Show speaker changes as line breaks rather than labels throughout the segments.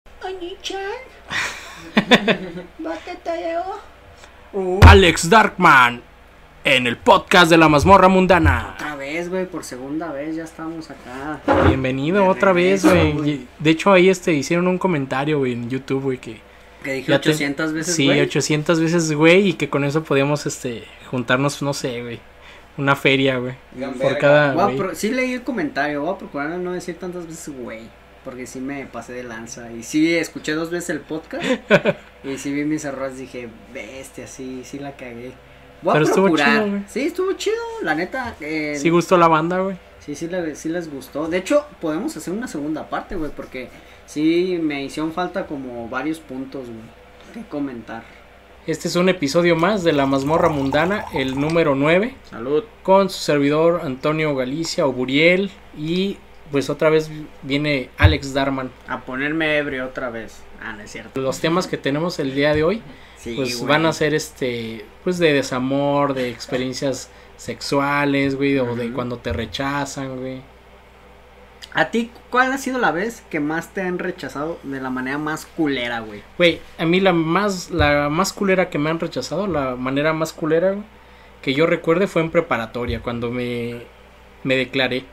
Alex Darkman en el podcast de la mazmorra mundana.
Otra vez, güey, por segunda vez ya estamos acá.
Bienvenido
De
otra vez,
regreso,
güey.
güey.
Y- De hecho, ahí este hicieron un comentario, güey, en YouTube, güey, que
Que dije
Ya te-
800 veces,
sí,
güey.
800 veces, güey, y que con eso podíamos este juntarnos, no sé, güey, una feria, güey.
Digan,
Por
verga.
cada
Voy a
güey.
pro- sí leí el comentario, voy a procurar no decir tantas veces, güey. Porque sí me pasé de lanza. Y sí escuché dos veces el podcast. y sí vi mis errores, dije, bestia, sí, sí la cagué. Voy
Pero
a
estuvo
procurar.
chido, güey.
sí, estuvo chido, la neta. eh,
Sí gustó la banda, güey.
Sí, sí, le- sí les gustó. De hecho, podemos hacer una segunda parte, güey, porque sí me hicieron falta como varios puntos, güey, que comentar.
Este es un episodio más de La mazmorra mundana, el número 9,
Salud.
con su servidor Antonio Galicia o Buriel y pues otra vez viene Alex Darman.
A ponerme ebrio otra vez. Ah, no es cierto.
Los temas que tenemos el día de hoy
Sí,
pues
güey.
van a ser este pues de desamor, de experiencias sexuales, güey, o de
Ujú.
cuando te rechazan, güey.
¿A ti cuál ha sido la vez que más te han rechazado de la manera más culera, güey?
Güey, a mí la más la más culera que me han rechazado, la manera más culera güey, que yo recuerde fue en preparatoria cuando me me declaré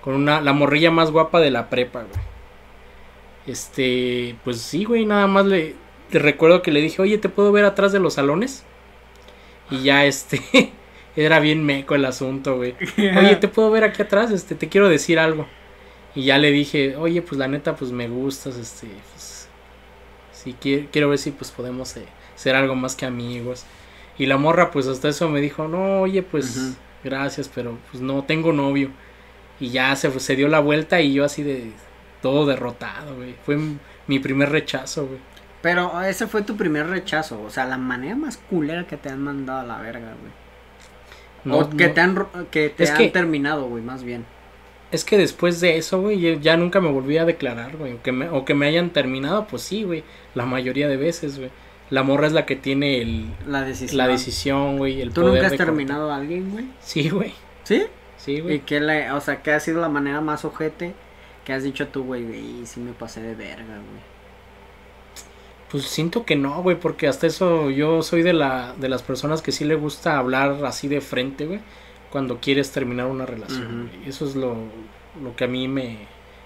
con una la morrilla más guapa de la prepa, güey. Este, pues sí, güey, nada más le te recuerdo que le dije, "Oye, ¿te puedo ver atrás de los salones?" Y ya este era bien meco el asunto, güey. Oye, te puedo ver aquí atrás, este, te quiero decir algo. Y ya le dije, oye, pues la neta, pues me gustas, este, pues, sí, quiero, quiero ver si pues podemos eh, ser algo más que amigos. Y la morra, pues hasta eso me dijo, no, oye, pues
Ujú.
gracias, pero pues no, tengo novio. Y ya se, se dio la vuelta y yo así de todo derrotado, güey. Fue m- mi primer rechazo, güey.
Pero ese fue tu primer rechazo, o sea, la manera más culera que te han mandado a la verga, güey.
No,
o que
no-
te han, ro- que te
Es
han
que-
terminado, güey, más bien.
Es que después de eso, güey, yo ya nunca me volví a declarar, güey. O, que me- o que me hayan terminado, pues sí, güey. La mayoría de veces, güey. La morra es la que tiene el,
La decisión.
la decisión, güey. El
¿Tú
poder
nunca has
de cortar.
terminado a alguien, güey?
Sí, güey.
¿Sí?
Sí,
¿Y
güey.
qué le, o sea, qué ha sido la manera más ojete que has dicho tú, güey? Y sí me pasé de verga, güey.
Pues siento que no, güey. Porque hasta eso yo soy de, la, de las personas que sí le gusta hablar así de frente, güey. Cuando quieres terminar una relación,
Ujú.
güey. Eso es lo, lo que a mí me,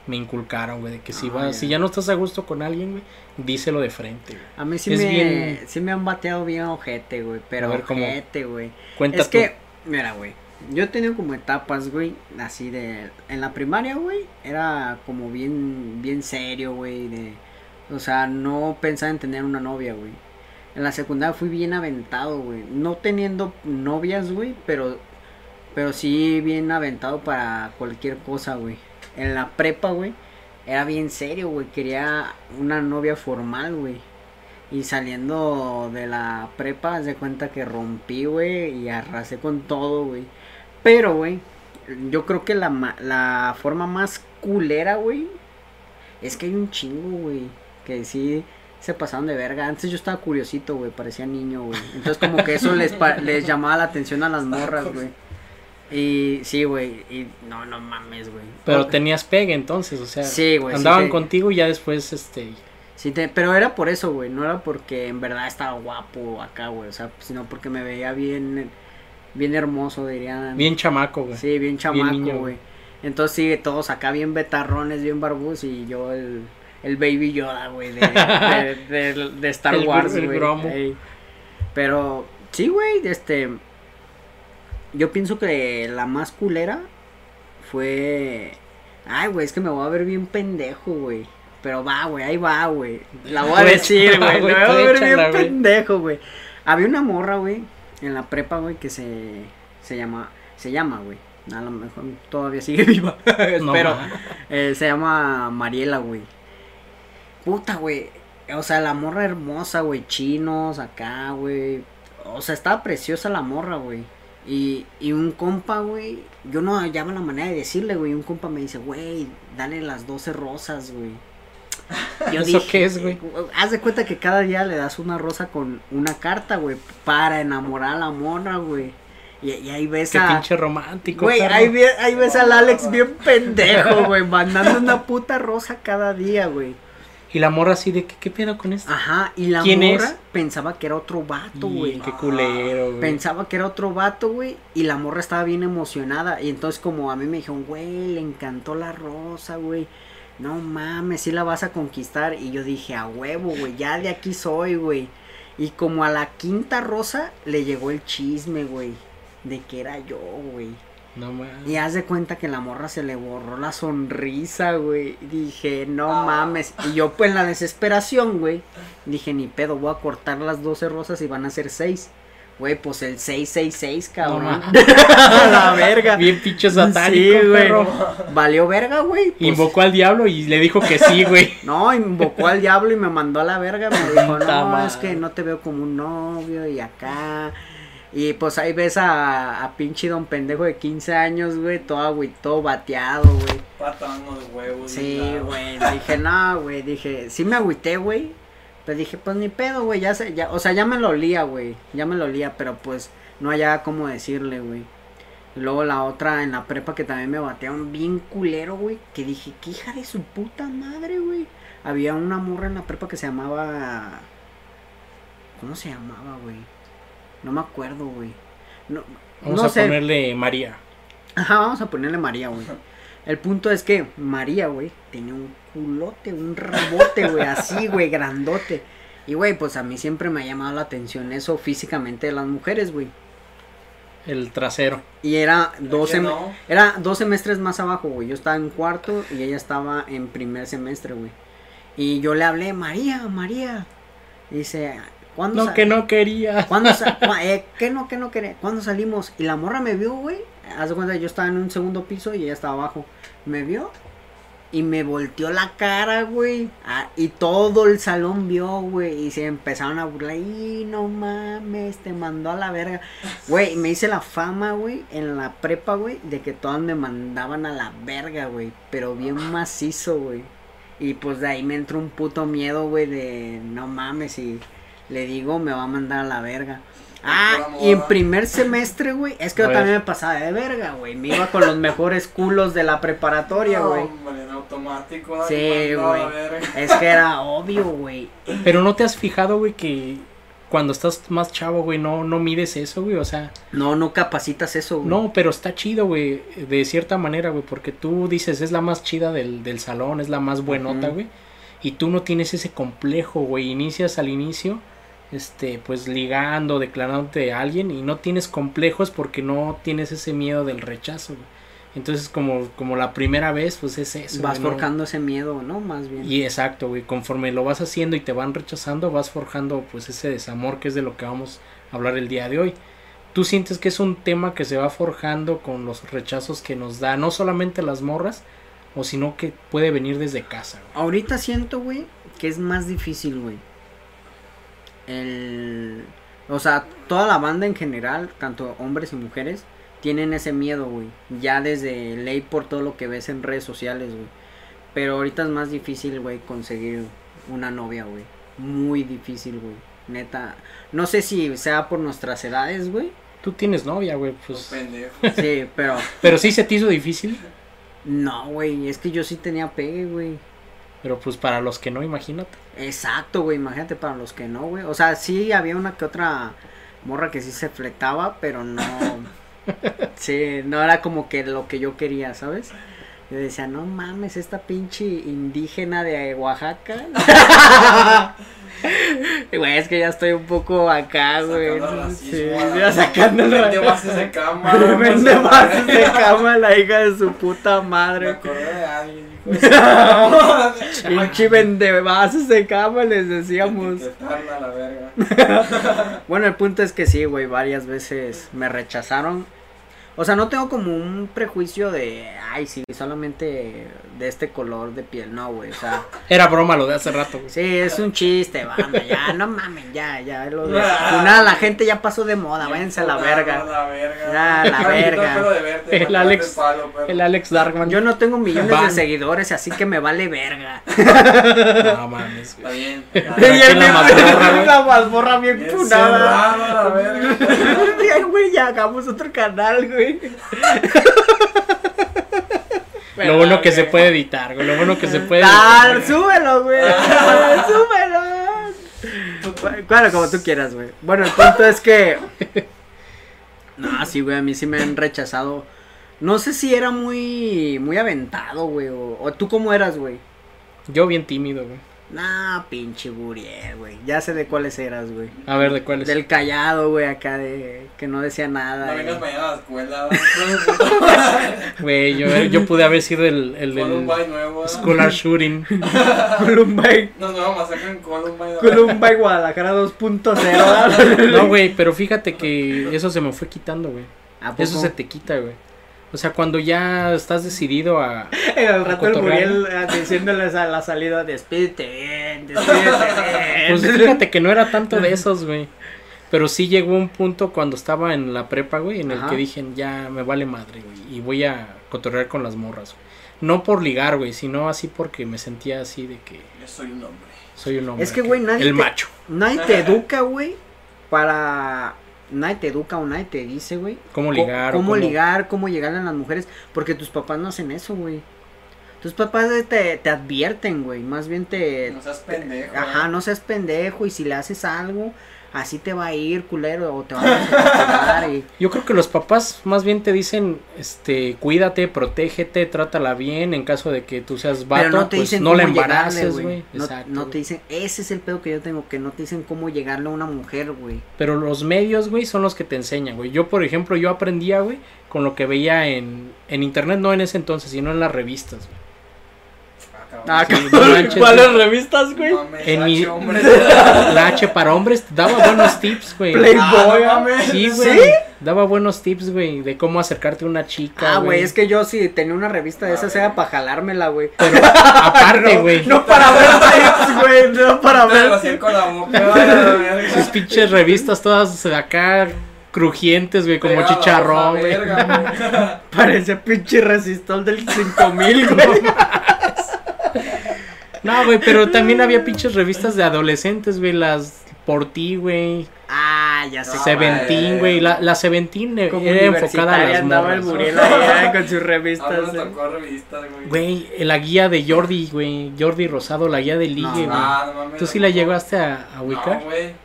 me inculcaron, güey. De que si,
Ah,
va,
ya.
si ya no estás a gusto con alguien, güey, díselo de frente, güey.
A mí sí
Es
me,
bien-
sí me han bateado bien ojete, güey. Pero
A ver, ¿cómo?
ojete, güey.
Cuenta
Es que, mira, güey. Yo he tenido como etapas, güey, así de... En la primaria, güey, era como bien, bien serio, güey, de... O sea, no pensaba en tener una novia, güey. En la secundaria fui bien aventado, güey. No teniendo novias, güey, pero... Pero sí bien aventado para cualquier cosa, güey. En la prepa, güey, era bien serio, güey. Quería una novia formal, güey. Y saliendo de la prepa, haz de cuenta que rompí, güey, y arrasé con todo, güey. Pero, güey, yo creo que la, ma- la forma más culera, güey, es que hay un chingo, güey, que sí se pasaron de verga. Antes yo estaba curiosito, güey, parecía niño, güey. Entonces como que eso les, pa- les llamaba la atención a las morras, güey. Y sí, güey, y no, no mames, güey.
Pero tenías pegue entonces, o sea,
Sí, güey, sí
andaban
te-
contigo y ya después, este,
Sí, te- pero era por eso, güey. No era porque en verdad estaba guapo acá, güey. O sea, sino porque me veía bien, bien hermoso, dirían.
bien chamaco, güey.
Sí, bien chamaco,
niño, güey.
güey. Entonces, sí, todos acá bien betarrones, bien barbus y yo el, el Baby Yoda, güey, de, de- de- de Star
El gr-
Wars,
el
güey.
gromo.
Ey. Pero, sí, güey, este... Yo pienso que la más culera fue... Ay, güey, es que me voy a ver bien pendejo, güey. Pero va, güey, ahí va, güey. La voy a
Tú
decir,
échala,
güey. Me voy
güey,
a
tú
ver bien
échala, güey.
pendejo, güey. Había una morra, güey, en la prepa, güey, que se, se llama, se llama, güey. A lo mejor todavía sigue viva,
No,
espero.
ma.
Eh, se llama Mariela, güey. Puta, güey. O sea, la morra hermosa, güey. Chinos, acá, güey. O sea, estaba preciosa la morra, güey. Y, y un compa, güey. Yo no hallaba la manera de decirle, güey. Un compa me dice, güey, dale las 12 rosas, güey.
¿Eso qué es, güey?
Haz de cuenta que cada día le das una rosa con una carta, güey. Para enamorar a la morra, güey. Y, y ahí ves
Qué
a.
pinche romántico.
Güey,
perro.
ahí, ve- ahí ves al Alex bien pendejo, güey, mandando una puta rosa cada día, güey.
Y la morra así de, ¿qué, qué pedo con esto?
Ajá, y la
¿Quién
morra
es?
pensaba que era otro vato,
Y,
güey.
qué culero, güey.
Pensaba que era otro vato, güey, y la morra estaba bien emocionada. Y entonces como a mí me dijeron, güey, le encantó la rosa, güey. No mames, sí la vas a conquistar. Y yo dije, a huevo, güey, ya de aquí soy, güey. Y como a la quinta rosa le llegó el chisme, güey, de que era yo, güey.
No mames.
Ah, Y haz de cuenta que la morra se le borró la sonrisa, güey. Dije, no mames. Y yo, pues, en la desesperación, güey, dije, ni pedo, voy a cortar las 12 rosas y van a ser 6. Güey, pues el 666, cabrón.
No
a la verga.
Bien pinche satánico,
Sí, güey. pues.
perro.
Valió verga, güey. pues.
Invocó al diablo y le dijo que sí, güey.
No, invocó al diablo y me mandó a la verga. Me dijo,
Puta
no,
madre.
es que no te veo como un novio y acá. Y pues ahí ves a, a pinche don pendejo de 15 años, güey, todo agüitó, bateado, güey.
Patando de huevos.
Sí,
y la-
güey, dije, no, güey, dije, sí me agüité, güey, pero dije, pues ni pedo, güey, ya sé, ya, o sea, ya me lo olía, güey, ya me lo olía, pero pues no hallaba cómo decirle, güey. Y Luego la otra en la prepa que también me batearon bien culero, güey, que dije, qué hija de su puta madre, güey. Había una morra en la prepa que se llamaba... ¿Cómo se llamaba, güey? No me acuerdo, güey. No,
Vamos
no
a
sé.
ponerle María.
Ajá, vamos a ponerle María, güey. El punto es que María, güey, tenía un culote, un rebote, güey, así, güey, grandote. Y, güey, pues a mí siempre me ha llamado la atención eso físicamente de las mujeres, güey.
El trasero.
Y era dos,
¿Qué
sem-
no?
era dos semestres más abajo, güey. Yo estaba en cuarto y ella estaba en primer semestre, güey. Y yo le hablé, María, María. Dice, ¿cuándo
No,
sa-
que no quería.
¿Cuándo sa- cua- eh, ¿Qué no, qué no quería? ¿Cuándo salimos? Y la morra me vio, güey. Haz de cuenta, yo estaba en un segundo piso y ella estaba abajo. Me vio y me volteó la cara, güey. Ah, y todo el salón vio, güey. Y se empezaron a burlar. Y no mames, te mandó a la verga. Güey, me hice la fama, güey, en la prepa, güey, de que todas me mandaban a la verga, güey. Pero bien macizo, güey. Y pues de ahí me entró un puto miedo, güey, de no mames, y le digo, me va a mandar a la verga. Ah,
Pura
y en
morra.
primer semestre, güey, es que
A
yo
ver.
también me pasaba de verga, güey. Me iba con los mejores culos de la preparatoria,
No,
güey.
hombre, en automático. ay,
Sí,
mandó a eh, la
güey.
verga.
Es que era obvio, güey.
Pero no te has fijado, güey, que cuando estás más chavo, güey, no, no mides eso, güey. O sea,
No, no capacitas eso, güey.
no, pero está chido, güey, de cierta manera, güey, porque tú dices, es la más chida del, del salón, es la más buenota,
Ujú.
güey. Y tú no tienes ese complejo, güey. Inicias al inicio, este, pues ligando, declarándote a alguien y no tienes complejos porque no tienes ese miedo del rechazo, güey. Entonces, como, como la primera vez, pues es eso.
Vas
güey, no-
forjando ese miedo, ¿no? Más bien.
Y exacto, güey, conforme lo vas haciendo y te van rechazando, vas forjando pues ese desamor que es de lo que vamos a hablar el día de hoy. Tú sientes que es un tema que se va forjando con los rechazos que nos da, no solamente las morras, o sino que puede venir desde casa, güey.
Ahorita siento, güey, que es más difícil, güey. El... O sea, toda la banda en general, tanto hombres y mujeres, tienen ese miedo, güey. Ya desde ley por todo lo que ves en redes sociales, güey. Pero ahorita es más difícil, güey, conseguir una novia, güey. Muy difícil, güey. Neta. No sé si sea por nuestras edades, güey.
Tú tienes novia, güey, pues.
Pendejo.
Sí, pero...
Pero sí se te hizo difícil,
No, güey. Es que yo sí tenía pegue, güey.
pero pues para los que no, imagínate.
Exacto, güey, imagínate para los que no, güey. O sea, sí había una que otra morra que sí se fletaba, pero no. sí, no era como que lo que yo quería, ¿sabes? Yo decía, no mames, esta pinche indígena de Oaxaca. Güey, es que ya estoy un poco acá, güey.
Sacando racismo
Sí,
a la-
ya sacando el
Vende
racismo.
bases de cama.
Vende
vamos a la
más de
verga.
cama la hija de su puta
Me
madre.
acordé de alguien, hijo de su puta madre.
Pinche vende bases de cama, les decíamos.
Etiquetarla a la verga.
Bueno, el punto es que sí, güey, varias veces me rechazaron. O sea, no tengo como un prejuicio de, ay, sí, solamente de este color de piel, no, güey. O sea,
Era broma lo de hace rato, güey.
sí, es un chiste, banda, ya, no mamen, ya, ya. Lo de... Una, la gente ya pasó de moda, váyanse a la
A
verga.
la verga.
Ya, a la
Ay, yo tengo
verga.
pelo de verte,
El
me
Alex-
el palo, perro.
El Alex Darkman.
Yo no tengo millones de
Van.
seguidores, así que me vale verga.
No mames,
Está
güey.
bien.
Y el
Bien
la mazmorra, güey.
la mazmorra bien punada.
cerrado a la verga.
Ay, güey, ya hagamos otro canal, güey.
Lo bueno que se puede editar, güey. Lo bueno que se puede
Ah,
editar.
súbelo, güey.
Ah.
súbelo. Cu- Claro, como tú quieras, güey. Bueno, el punto es que. No, sí, güey, a mí sí me han rechazado. No sé si era muy muy aventado, güey. O, o tú cómo eras, güey.
Yo bien tímido, güey.
Nah, pinche Guriel, güey. Ya sé de cuáles eras, güey.
A ver, ¿de cuáles?
Del callado, güey, acá de que no decía nada.
No
eh.
vengas mañana a la escuela.
Güey, yo, eh, yo pude haber sido el, el del
Columbine nuevo.
Scholar Shooting.
Columbine,
No, no, masacre en Columbine.
Columbine Guadalajara 2.0.
No, güey, pero fíjate que eso se me fue quitando, güey.
¿A poco?
Eso se te quita, güey. O sea, cuando ya estás decidido a...
Al rato el
Cotorrear.
Muriel eh, diciéndoles a la salida, despídete bien, despídete
Pues
bien.
fíjate que no era tanto de esos, güey. Pero sí llegó un punto cuando estaba en la prepa, güey, en el
Ajá.
que dije, ya me vale madre, güey. Y voy a cotorrear con las morras, güey. No por ligar, güey, sino así porque me sentía así de que
Yo soy un hombre.
soy un hombre.
Es que, güey, nadie
El
te-
macho.
nadie te educa, güey, para... Nadie te educa o nadie te dice, güey.
¿Cómo
co-
ligar? o
Cómo, ligar, cómo llegarle a las mujeres, porque tus papás no hacen eso, güey. Tus papás eh, te, te advierten, güey, más bien te...
No seas pendejo.
Ajá, no seas pendejo y si le haces algo, así te va a ir, culero, o te van a decepcionar y...
Yo creo que los papás más bien te dicen, este, cuídate, protégete, trátala bien. En caso de que tú seas vato,
Pero no te
pues
dicen
no
cómo
la
llegarle,
embaraces, güey.
No,
Exacto,
no
güey.
te dicen, ese es el pedo que yo tengo, que no te dicen cómo llegarle a una mujer, güey.
Pero los medios, güey, son los que te enseñan, güey. Yo, por ejemplo, yo aprendía, güey, con lo que veía en, en internet, no en ese entonces, sino en las revistas, güey.
Ah, cabrón.
Sí, cabrón. no manches, ¿Cuáles güey.
revistas,
No mames,
En
H,
mi-
hombre.
La H para hombres te daba buenos tips, güey.
Play-
Ah,
Voy
no
a-
mames.
Sí, güey. Daba buenos tips, güey, de cómo acercarte a una chica.
Ah, güey, es que yo si tenía una revista de
A
esas
ver.
era para jalármela, güey.
Aparte, güey.
No para ver tips, güey, no para
Te lo
ver.
hacía con la boca. a la
Esas
verga.
pinches revistas todas acá crujientes, güey, como
Pegaba,
chicharrón,
a la
güey.
verga,
Parecía pinche resistol del 5000, güey.
No, güey, pero también había pinches revistas de adolescentes, güey, las por ti, güey.
Ah, ya sé.
No,
Seventeen,
mames.
güey. La, la Seventeen eh,
Como
era enfocada a
universitaria
las
andaba el
morras.
Muriel allá con sus
güey. Ahora Ah, nos
revistas. eh.
tocó revistas, güey.
Güey, la guía de Jordi, güey. Jordi Rosado, la guía de Ligue,
No,
güey.
Ah, no mames.
¿Tú sí
no,
la
no.
llegaste a, a ubicar?
No, güey.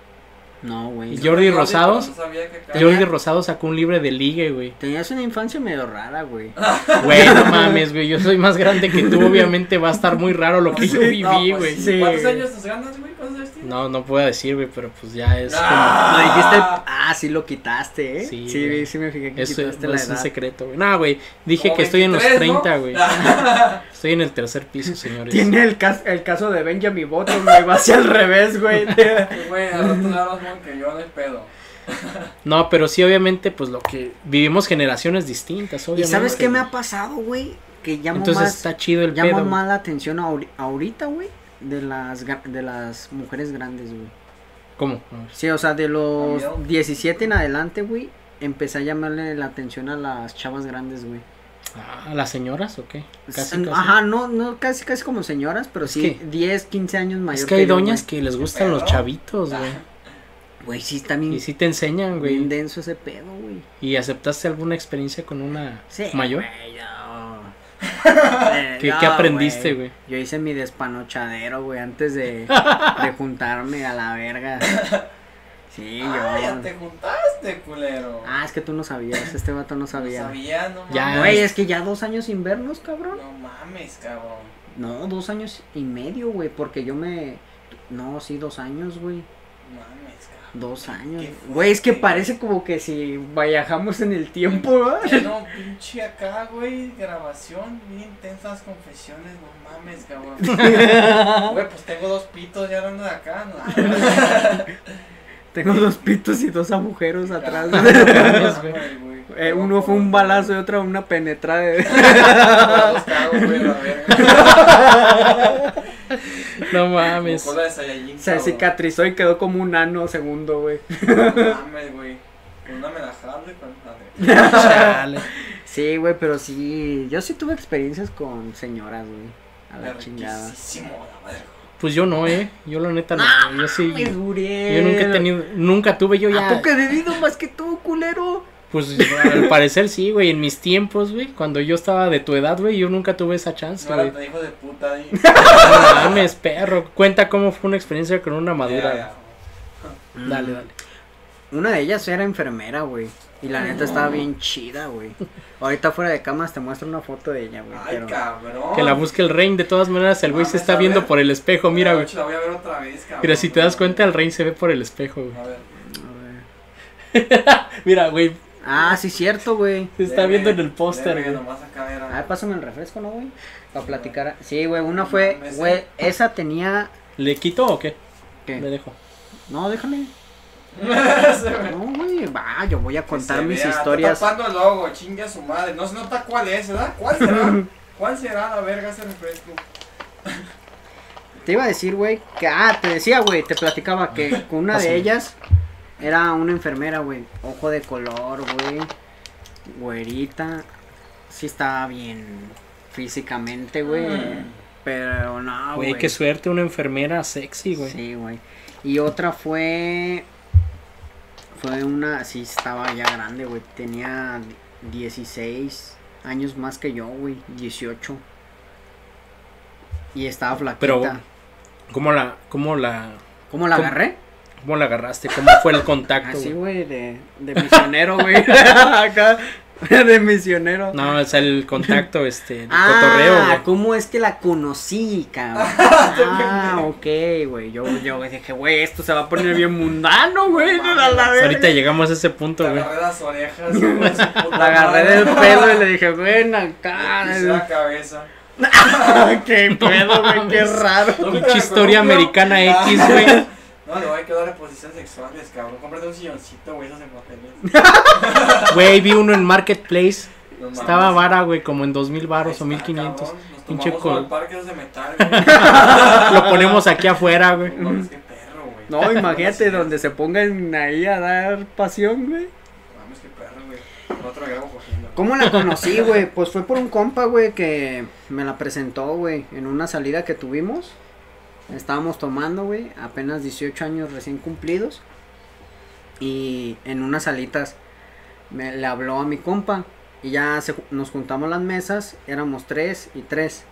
No, güey.
Y yo- Jordi
pero
Rosados.
no sabía que acá-
Jordi Rosado sacó un libre de Ligue, güey.
Tenías una infancia medio rara, güey.
Güey, no mames, güey. Yo soy más grande que tú, obviamente va a estar muy raro lo que
Sí,
yo
no,
viví,
pues,
güey.
sí.
¿Cuántos años nos ganas, güey? ¿Cuántos años tienes?
No, no puedo decir, güey, pero pues ya es como...
No
Ah.
dijiste el... Ah, sí lo quitaste, ¿eh?
Sí,
Sí,
güey.
sí, me fijé que
Es,
quitaste
pues,
la
un
edad.
secreto, güey. No, güey. Dije
Como
que estoy en los
23, ¿no?
30, güey.
Ah,
Estoy en el tercer piso, señores.
Tiene el, cas- el caso de Benjamin Button, güey, va hacia el revés, güey.
Güey, al rato le hablas como que yo no hay pedo.
No, pero sí, obviamente, pues lo que... Vivimos generaciones distintas,
¿Y
obviamente.
sabes qué me
güey.
ha pasado, güey? Que llamo
Entonces
más,
está chido el
llamo
pedo. güey.
más la atención ahori- ahorita, güey, de las, gra- de las mujeres grandes, güey.
¿Cómo? A ver.
Sí, o sea, de los
¿Cambió?
17 en adelante, güey, empecé a llamarle la atención a las chavas grandes, güey.
Ah, ¿Las señoras o qué? Casi,
S-
casi.
Pues, Ajá, no, no, casi, casi como señoras, pero
Es
sí,
que-
10, 15 años mayor.
Es que hay
yo,
doñas
güey. Ah.
que les gustan los
pedo?
chavitos, güey.
Güey, sí, también
Y sí te enseñan,
Bien
güey.
denso ese pedo, güey.
¿Y aceptaste alguna experiencia con una
Sí.
mayor?
güey, no.
¿Qué,
Eh,
qué
no,
aprendiste, güey?
Yo hice mi despanochadero, güey, antes de, de juntarme a la verga. Sí,
Ah, ya
yo.
te juntaste, culero.
Ah, es que tú no sabías, este vato no
No
sabía.
sabía, no mames.
Ya.
Güey, es que ya dos años sin vernos, cabrón.
No mames, cabrón.
No, dos años y medio, güey, porque yo me... No, sí, dos años, güey.
No mames, cabrón.
Dos años.
Qué fuerte.
Güey, es que parece como que si viajamos en el tiempo,
Ya
¿verdad?
No, pinche acá, güey, grabación, bien intensas confesiones, no mames, cabrón. Güey, pues tengo dos pitos, ya no ando de acá, no.
Tengo dos pitos y dos agujeros atrás.
mames, güey.
güey.
Eh, uno fue un balazo y otro una penetrada. de-
Dos cagos, güey, la verga.
No mames.
Como cola de Saiyajin,
Se
cabrón.
cicatrizó y quedó como un ano segundo, güey.
No mames, güey. Con una menajada y con madre.
Chale.
Sí, güey, pero sí. Yo sí tuve experiencias con señoras, güey. A la chingada.
Riquísimo, la madre.
Pues yo no, eh. Yo la neta no. Yo sí. Yo
Ay, Uriel.
nunca he tenido. Nunca tuve yo
¿A
ya.
poco he bebido más que tú, culero?
Pues al parecer sí, güey. En mis tiempos, güey, cuando yo estaba de tu edad, güey, yo nunca tuve esa chance,
No
güey.
era tan hijo de puta ahí.
No mames, perro. Cuenta cómo fue una experiencia con una madura.
Ya, Mm. ya, güey.
güey. Dale, dale.
Una de ellas era enfermera, güey. Y la neta estaba bien chida, güey. Ahorita fuera de camas te muestro una foto de ella, güey.
Ay,
pero-
cabrón.
Que la busque el rey. De todas maneras, el güey se
Mames,
está
a
viendo
ver.
por el espejo. Mira, güey.
Ah, La voy a ver otra vez, cabrón.
Mira, si te das cuenta, el rey se ve por el espejo, güey.
A ver.
A ver.
Mira, güey,
Ah, sí, cierto, güey.
se está
Deme,
viendo en el póster,
deme,
güey.
nomás acá, mira.
Ah, pásame el refresco, ¿no, güey? Para platicar. Sí, güey, una fue,
Mames,
güey,
¿eh?
sí.
esa tenía...
¿Le quito o qué?
¿Qué?
Le dejo.
No, déjale.
Se ve.
No, güey, va, yo voy a contar
Se
mis
vea,
historias.
Está tapando el logo, chingue a su madre. No se nota cuál es, ¿verdad? ¿Cuál será? ¿Cuál será la verga ese refresco?
Te iba a decir, güey, que, ah, te decía, güey, te platicaba que con una de
Pásame.
ellas era una enfermera, güey, ojo de color, güey, güerita, sí estaba bien físicamente, güey,
Mm.
pero no,
Güey,
Ah, güey.
qué suerte, una enfermera sexy, güey.
Sí, güey. Y otra fue, fue una, sí estaba ya grande, güey, tenía 16 años más que yo, güey, 18. Y estaba flaquita.
Pero- ¿Cómo la, cómo la,
¿Cómo la
¿cómo-
agarré?
cómo la agarraste? ¿Cómo fue el contacto,
Así,
güey?
Ah, güey, de, de misionero, güey. Acá, de misionero.
No, o sea, el contacto, este, el cotorreo,
Ah,
güey.
¿cómo es que la conocí, cabrón? Ah, ok, güey. Yo, yo dije, güey, esto se va a poner bien mundano, güey.
No
la, la,
mames,
verga.
Pues Ahorita llegamos a ese
Te
punto, güey.
agarré las orejas. hijo de su puta
La agarré del
madre.
pelo y le dije, ven acá.
Le pisé la cabeza.
qué pedo, güey, qué raro.
Pinche historia americana X, güey.
No, le voy a quedar reposiciones sexuales, cabrón. Cómprate un silloncito, güey, esos en papeles.
Güey, vi uno en Marketplace.
No mames.
Estaba vara, güey, como en 2000 baros o
Ahí está,
1500.
cabrón. Nos
Pinche
tomamos
col-
al parque esos de metal, güey.
Lo ponemos aquí afuera, güey.
No mames, qué perro, güey.
No, imagínate
Así es.
donde se pongan ahí a dar pasión, güey.
No mames, qué perro, güey. No te lo grabo cogiendo.
¿Cómo la conocí, güey? Pues fue por un compa, güey, que me la presentó, güey, en una salida que tuvimos. Estábamos tomando, güey, apenas 18 años recién cumplidos. Y en unas salitas me le habló a mi compa. Y ya se ju- nos juntamos las mesas, éramos tres y tres.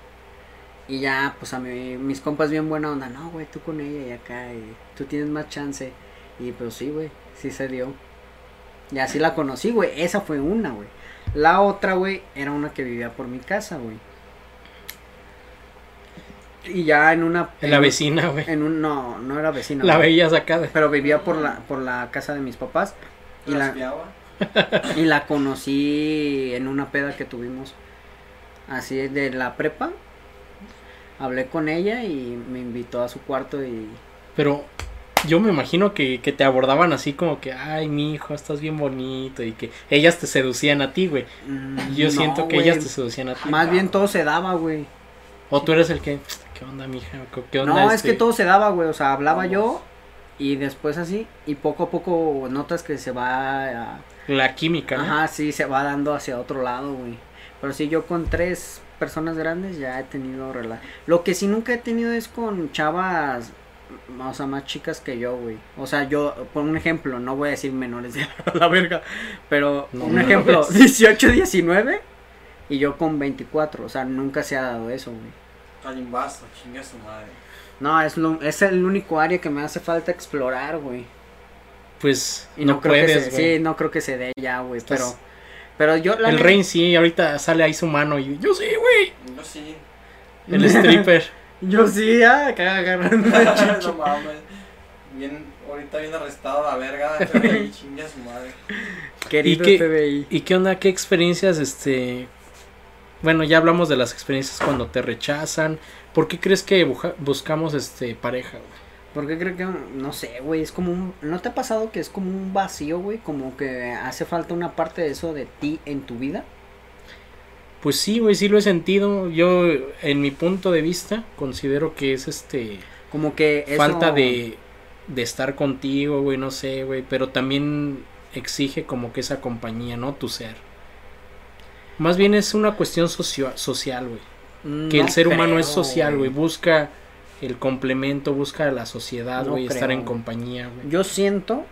Y ya, pues a mí, mis compas bien buena onda, no, güey, tú con ella y acá, y tú tienes más chance. Y pues sí, güey, sí se dio. Y así la conocí, güey, esa fue una, güey. La otra, güey, era una que vivía por mi casa, güey. Y ya en una...
En la vecina, güey.
En un, no, no era vecina.
La
güey,
veía sacada.
Pero vivía por la, por la casa de mis papás. Y la,
Raspeaba.
y la conocí en una peda que tuvimos. Así es, de la prepa. Hablé con ella y me invitó a su cuarto y...
Pero yo me imagino que, que te abordaban así como que, ay, mi hijo, estás bien bonito. Y que ellas te seducían a ti, güey.
mm,
Y Yo
no,
siento que
güey,
ellas te seducían a ti.
Más bien todo se daba, güey.
O tú eres el que, ¿qué onda, mija? ¿Qué- ¿Qué onda?
No, es
este?"
que todo se daba, güey. O sea, hablaba
Vamos.
yo y después así. Y poco a poco notas que se va... a-
La química, ¿no?
Ajá, sí, se va dando hacia otro lado, güey. Pero sí, yo con tres personas grandes ya he tenido rela- Lo que sí nunca he tenido es con chavas, m- o sea, más chicas que yo, güey. O sea, yo, por un ejemplo, no voy a decir menores de la verga, pero
No,
un
no
ejemplo,
mames.
18, 19 y yo con 24. O sea, nunca se ha dado eso, güey.
Calimbazo, chingue a su madre.
No, es, lo, es el único área que me hace falta explorar, güey.
Pues
Y
no,
no, creo
puedes,
que se,
güey.
Sí, no creo que se dé ya, güey. Pero,
Estás-
pero yo... la
el
neta-
rey sí, ahorita sale ahí su mano y yo sí, güey.
Yo sí.
El stripper.
Yo sí, ah, acá agarrando el
no
chicho.
mames. Bien, ahorita bien arrestado la verga. FBI, chingue a su madre.
Querido
¿Y qué-
FBI.
¿Y qué onda? ¿Qué experiencias, este... Bueno, ya hablamos de las experiencias cuando te rechazan. ¿Por qué crees que buja- buscamos, este, pareja, güey?
¿Por qué creo que.? No sé, güey. Es como un. ¿No te ha pasado que es como un vacío, güey? Como que hace falta una parte de eso de ti en tu vida.
Pues sí, güey, sí lo he sentido. Yo, en mi punto de vista, considero que es, este...
Como que. Eso,
falta de, de estar contigo, güey, no sé, güey, pero también exige como que esa compañía, ¿no? Tu ser. Más bien es una cuestión socio- social, güey.
Mm,
Que
no
el ser humano
creo,
es social, güey. Busca el complemento, busca la sociedad,
No
güey, estar
creo,
en
güey.
compañía, güey.
Yo siento.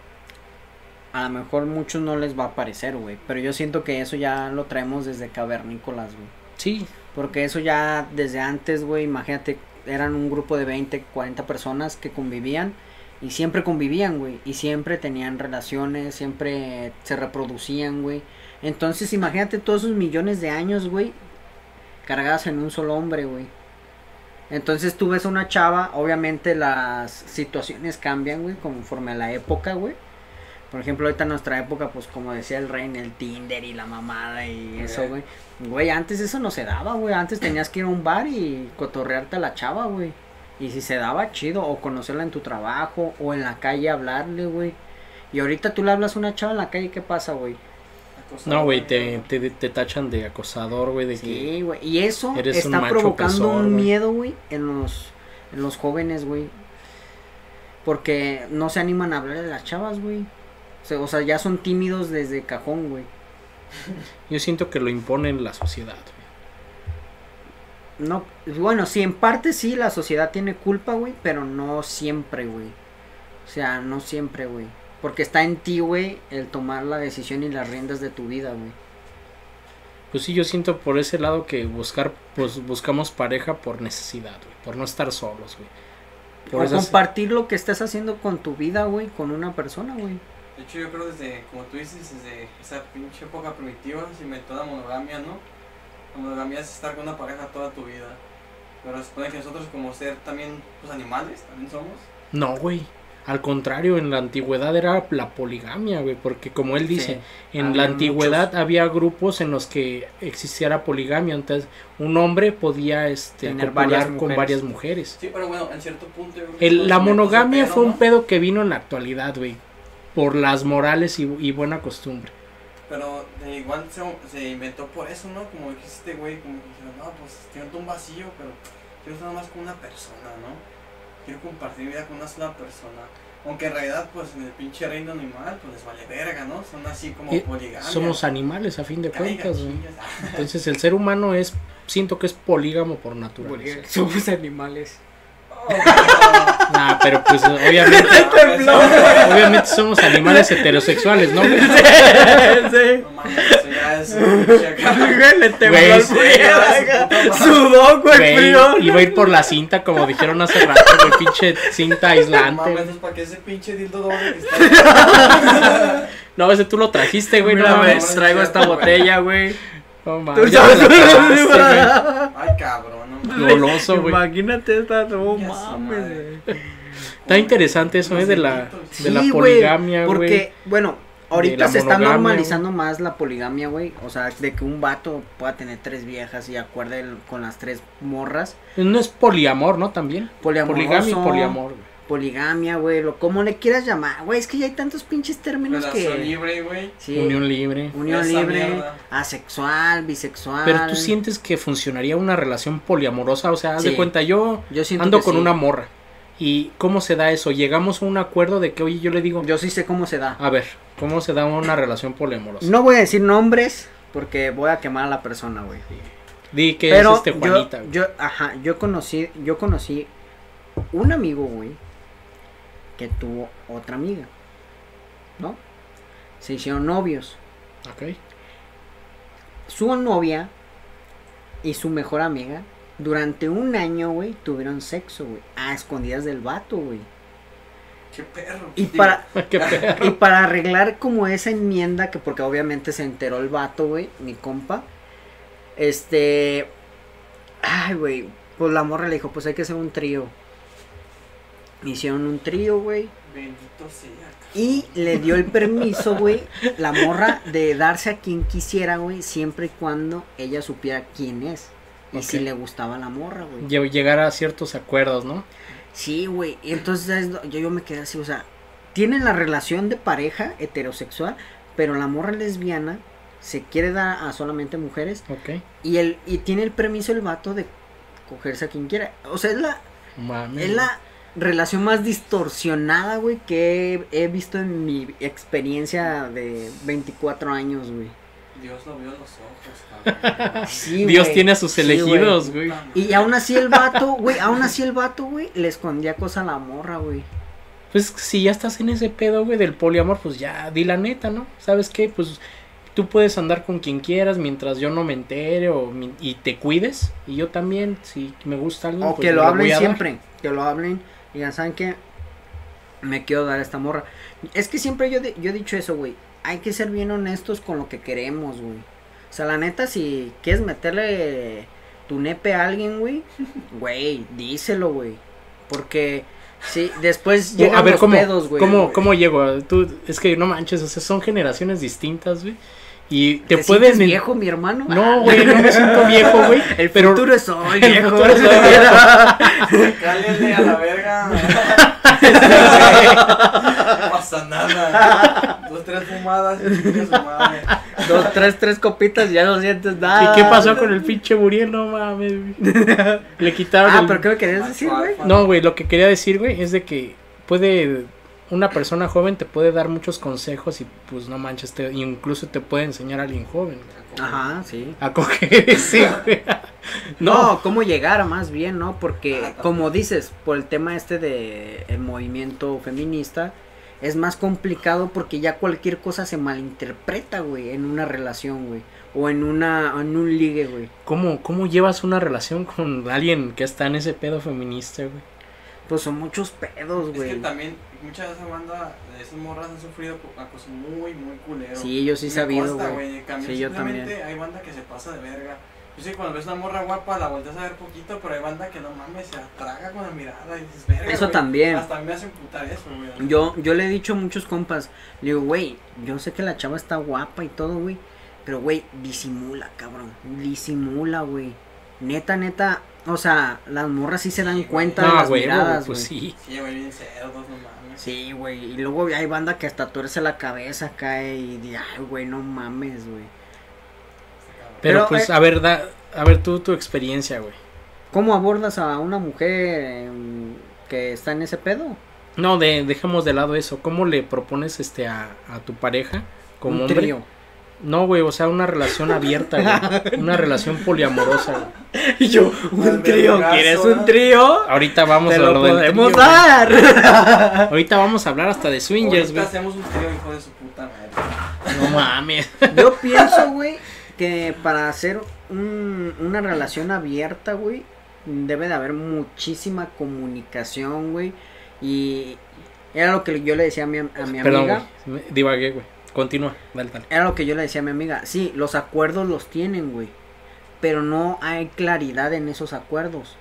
a lo mejor muchos no les va a parecer, güey. Pero yo siento que eso ya lo traemos desde cavernícolas, güey.
Sí,
Porque eso ya desde antes, güey, imagínate, eran un grupo de 20, 40 personas que convivían y siempre convivían, güey. Y siempre tenían relaciones, siempre se reproducían, güey. Entonces imagínate todos esos millones de años, güey, cargadas en un solo hombre, güey. Entonces tú ves a una chava, obviamente las situaciones cambian, güey, conforme a la época, güey. Por ejemplo, ahorita en nuestra época, pues como decía el rey, en el Tinder y la mamada y eso,
Eh.
güey. Güey, antes eso no se daba, güey. Antes tenías que ir a un bar y cotorrearte a la chava, güey. Y si se daba, chido. O conocerla en tu trabajo o en la calle hablarle, güey. Y ahorita tú le hablas a una chava en la calle, ¿qué pasa, güey?
no, güey, te, te, te tachan de acosador, güey, de
Sí, güey. Y eso
Eres un
está
macho
provocando
opresor,
un
güey.
miedo, güey, en los, en los jóvenes, güey. Porque no se animan a hablar a las chavas, güey. O sea, o sea, ya son tímidos desde cajón, güey.
que yo siento que lo imponen la sociedad. güey.
No, bueno, sí, en parte sí, la sociedad tiene culpa, güey, pero no siempre, güey. O sea, no siempre, güey. Porque está en ti, güey, el tomar la decisión y las riendas de tu vida, güey.
Pues sí, yo siento por ese lado que buscar, pues buscamos pareja por necesidad, güey, por no estar solos, güey. Por
O
esas-
compartir lo que estás haciendo con tu vida, güey, con una persona, güey.
De hecho, yo creo desde, como tú dices, desde esa pinche época primitiva se inventó la monogamia, ¿no? La monogamia es estar con una pareja toda tu vida. Pero se supone que nosotros, como ser también, pues animales, también somos.
No, güey. Al contrario, en la antigüedad era la poligamia, güey, porque como él dice, en
había
la antigüedad había grupos en los que existiera poligamia, entonces un hombre podía este,
Tener
copular
varias
con
mujeres.
varias mujeres.
Sí, pero bueno, en cierto punto. yo creo que
El- la
todos tenemos
monogamia
ese
fue
pedo,
un
¿no?
pedo que vino en la actualidad, güey, por las morales y, y buena costumbre.
Pero de igual se, se inventó por eso, ¿no? Como que este güey, como que dijeron, no, pues siento un vacío, pero quiero estar más con una persona, ¿no? Quiero compartir mi vida con una sola persona. Aunque en realidad, pues en el pinche reino animal, pues les vale verga, ¿no? Son así como
Eh,
poligamia.
Somos animales a fin de
Caigan,
cuentas, güey.
chingas. Ah,
Entonces el ser humano es, siento que es polígamo por naturaleza.
Somos animales.
oh,
Ah, pero pues obviamente, obviamente somos animales heterosexuales, ¿no? güey?
No mames, eso ya es un pinche acá.
le tembló
Güey,
el
sí.
frío, acá. Sudó, güey,
Güey,
frío.
iba a ir por la cinta, como dijeron hace rato, güey, pinche cinta
No
aislante.
mames,
güey.
pues, ¿para qué ese pinche dildo doble que está?
No, ese tú lo trajiste, güey,
Mira,
no
güey,
mames.
traigo esta botella, güey.
No
Tú
mames, ya
sabes
me la tragaste,
Ay, cabrón, no mames.
güey. Goloso, güey.
Imagínate esta, no
Ya su
mames,
madre.
güey.
Está interesante eso, ¿eh? De la,
Sí,
de la
güey,
poligamia, Eh, güey.
Porque, bueno, ahorita
la
se está
monogamia,
normalizando más la poligamia, güey. O sea, de que un vato pueda tener tres viejas y acuerde el- con las tres morras.
No es poliamor, ¿no? También.
Poliamoroso,
Poligamia y poliamor, güey.
Poligamia, güey, lo como le quieras llamar. Güey, es que ya hay tantos pinches términos
Relación
que.
libre, güey.
Sí,
Unión libre.
unión
Esa
libre,
mierda.
asexual, bisexual.
Pero tú sientes que funcionaría una relación poliamorosa, o sea, haz de
Sí.
cuenta, yo
Yo siento
ando
que
con
sí.
una morra. ¿Y cómo se da eso? Llegamos a un acuerdo de que, oye, yo le digo,
Yo sí sé cómo se da.
a ver, ¿cómo se da una relación poliamorosa?
No voy a decir nombres porque voy a quemar a la persona, güey.
Di que
Pero
es este
yo-
Juanita,
yo,
güey.
ajá, yo conocí, yo conocí un amigo, güey, que tuvo otra amiga, ¿no? Se hicieron novios.
Ok.
Su novia y su mejor amiga durante un año, güey, tuvieron sexo, güey, a escondidas del vato, güey.
Qué perro.
Y
Digo,
para
Qué perro.
Y para arreglar como esa enmienda, que porque obviamente se enteró el vato, güey, mi compa. Este. Ay, güey. Pues la morra le dijo, pues hay que hacer un trío. Hicieron un trío, güey.
Bendito sea.
Y le dio el permiso, güey, la morra de darse a quien quisiera, güey, siempre y cuando ella supiera quién es. Y si
Ok.
le gustaba la morra, güey.
Lle- Llegar a ciertos acuerdos, ¿no?
Sí, güey. y Entonces ¿sabes dó- yo, yo me quedé así, o sea, tienen la relación de pareja heterosexual, pero la morra lesbiana se quiere dar a solamente mujeres
Ok.
y el y tiene el permiso el vato de cogerse a quien quiera. O sea, es la
Mames.
es la relación más distorsionada, güey, que he, he visto en mi experiencia de 24 años, güey.
Dios lo vio en los ojos, cabrón.
Sí,
Dios
güey,
tiene a sus
sí, güey.
elegidos, güey.
Y aún así el vato, güey, aún así el vato, güey, le escondía cosas a la morra, güey.
Pues si ya estás en ese pedo, güey, del poliamor, pues ya di la neta, ¿no? ¿Sabes qué? Pues tú puedes andar con quien quieras mientras yo no me entere o mi- y te cuides. Y yo también, si me gusta alguien.
O
pues,
que
me
lo hablen
voy a dar.
siempre, que lo hablen y digan, ¿saben qué? Me quiero dar a esta morra. Es que siempre yo, de- yo he dicho eso, güey. Hay que ser bien honestos con lo que queremos, güey. O sea, la neta, si quieres meterle tu nepe a alguien, güey, güey, díselo, güey. Porque, sí, después
O,
llegan
a ver,
los
¿cómo,
pedos, güey.
¿cómo, cómo llego? Tú, es que no manches, o sea, son generaciones distintas, güey. Y te,
¿Te
pueden.
sientes viejo, mi hermano?
No, güey, no me siento viejo, güey.
El
pero-
futuro es hoy,
El
viejo.
futuro es hoy,
Cállate a la verga. No pasa nada. Dos, tres fumadas y chingue su madre.
Dos, tres, tres copitas y ya no sientes nada.
¿Y qué pasó con el pinche Muriel? No mames, güey. Le quitaron.
Ah,
el-
pero ¿qué me querías decir, güey?
No, güey, lo que quería decir, güey, es de que puede. Una persona joven te puede dar muchos consejos y, pues, no manches, te, incluso te puede enseñar a alguien joven
Ajá, sí.
a coger sí, güey.
No,
No,
cómo llegar más bien, ¿no?
Ah,
Porque
también.
como dices, por el tema este de el movimiento feminista es más complicado porque ya cualquier cosa se malinterpreta, güey, en una relación, güey, o en una en un ligue, güey.
¿cómo, ¿cómo llevas una relación con alguien que está en ese pedo feminista, güey?
Pues son muchos pedos,
Es que
güey.
también muchas de esas bandas, de esas morras han sufrido co- acoso muy, muy culero.
Sí, yo sí
Me
sabido,
consta,
güey.
en cambio,
Sí, yo
simplemente
también.
Hay banda que se pasa de verga. Yo sé que cuando ves una morra guapa la volteas a ver poquito, pero hay banda que no mames, se atraga con la mirada y dices, verga.
Eso
güey".
también.
Hasta a mí me hace putar eso, güey.
Yo yo le he dicho a muchos compas, le digo, güey, yo sé que la chava está guapa y todo, güey, pero güey, disimula, cabrón. Disimula, güey. Neta, neta, o sea, las morras sí se dan
Sí,
cuenta de
No,
las
güey,
miradas,
pues
güey.
sí.
Sí, güey, bien cerdos, no mames.
Sí, güey. Y luego hay banda que hasta tuerce la cabeza cae y dice, ay, güey, no mames, güey.
Está Este cabrón.
Pero,
Pero,
pues,
eh,
a ver, da- a ver tú tu experiencia, güey.
¿Cómo abordas a una mujer em, que está en ese pedo?
No, de, dejemos de lado eso. ¿Cómo le propones este a, a tu pareja como
Un
hombre?
trío.
No, güey, o sea, una relación abierta, güey. Una relación poliamorosa, güey.
Y yo,
Al vergazo, ¿no?
trío?
Ahorita vamos
Te
a
lo
lo del
podemos
trío, güey.
dar.
Ahorita vamos a hablar hasta de swingers,
Ahorita
güey.
hacemos un trío, hijo de su puta madre.
No mames.
Yo pienso, güey, que para hacer un- una relación abierta, güey, debe de haber muchísima comunicación, güey. Y era lo que yo le decía a mi, a mi
Perdón,
amiga.
güey. me Divagué, güey. Continúa, dale, dale.
Era lo que yo le decía a mi amiga. Sí, los acuerdos los tienen, güey. Pero no hay claridad en esos acuerdos.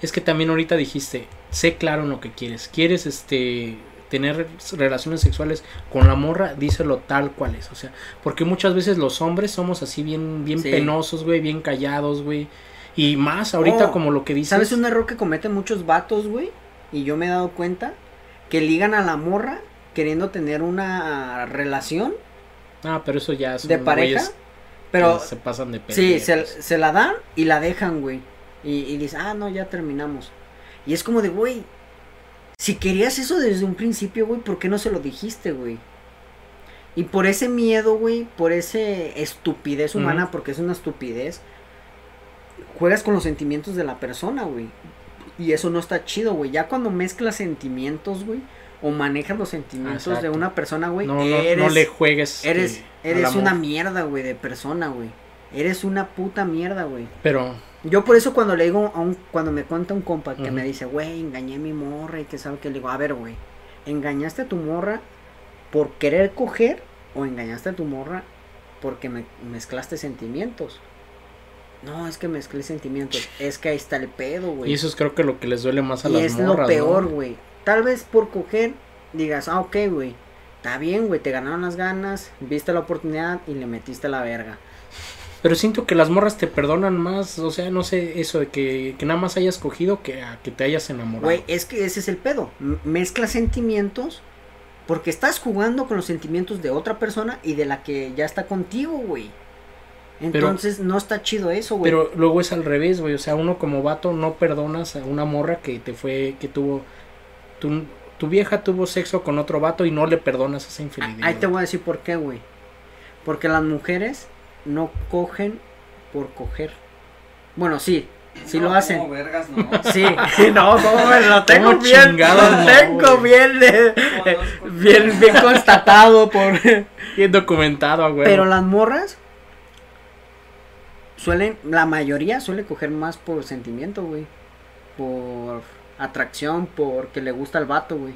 Es que también ahorita dijiste, sé claro en lo que quieres. ¿Quieres este tener relaciones sexuales con la morra? Díselo tal cual es. O sea, porque muchas veces los hombres somos así bien, bien
Sí.
penosos, güey, bien callados, güey. Y más ahorita
Oh,
como lo que dices.
¿Sabes un error que cometen muchos vatos, güey? Y yo me he dado cuenta que ligan a la morra queriendo tener una relación
Ah, pero eso ya son
de pareja.
güeyes
Pero
que se pasan de pues.
sí, se,
pendejos.
se la dan y la dejan, güey. Y, y dices, ah, no, ya terminamos. Y es como de, güey, si querías eso desde un principio, güey, ¿por qué no se lo dijiste, güey? Y por ese miedo, güey, por ese estupidez humana,
Ujú.
porque es una estupidez, juegas con los sentimientos de la persona, güey. Y eso no está chido, güey. Ya cuando mezclas sentimientos, güey, o manejas los sentimientos de
Exacto.
una persona, güey,
No, no,
eres
no le juegues.
Eres,
este, al
eres
amor.
una mierda, güey, de persona, güey. Eres una puta mierda, güey.
Pero,
Yo por eso cuando le digo a un, cuando me cuenta un compa que
Ujú.
me dice, güey, engañé a mi morra y que sabe que le digo, a ver, güey, ¿engañaste a tu morra por querer coger o engañaste a tu morra porque me- mezclaste sentimientos? No, es que mezclé sentimientos. Es que ahí está el pedo, güey.
y eso es creo que lo que les duele más a
Y
las
es
morras.
lo peor,
¿no?
güey. Tal vez por coger digas, ah, ok, güey. Está bien, güey. Te ganaron las ganas, viste la oportunidad y le metiste la verga.
Pero siento que las morras te perdonan más, o sea, no sé, eso de que, que nada más hayas cogido que a que te hayas enamorado.
Güey, es que ese es el pedo. M- mezcla sentimientos porque estás jugando con los sentimientos de otra persona y de la que ya está contigo, güey. Entonces no está chido eso, güey.
Pero luego es al revés, güey, o sea, uno como vato no perdonas a una morra que te fue, que tuvo, tu, tu vieja tuvo sexo con otro vato y no le perdonas esa
Ah,
infidelidad.
Ahí te voy a decir por qué, güey. Porque las mujeres no cogen por coger. Bueno, sí, Sí lo hacen.
como vergas, no.
Sí, no, no, me lo tengo
¿Cómo
bien,
chingados
lo
no,
tengo bien, eh,
Conozco.
bien, bien constatado por...
Bien documentado, güey.
Pero las morras suelen, la mayoría suele coger más por sentimiento, güey, por atracción, porque le gusta el vato, güey.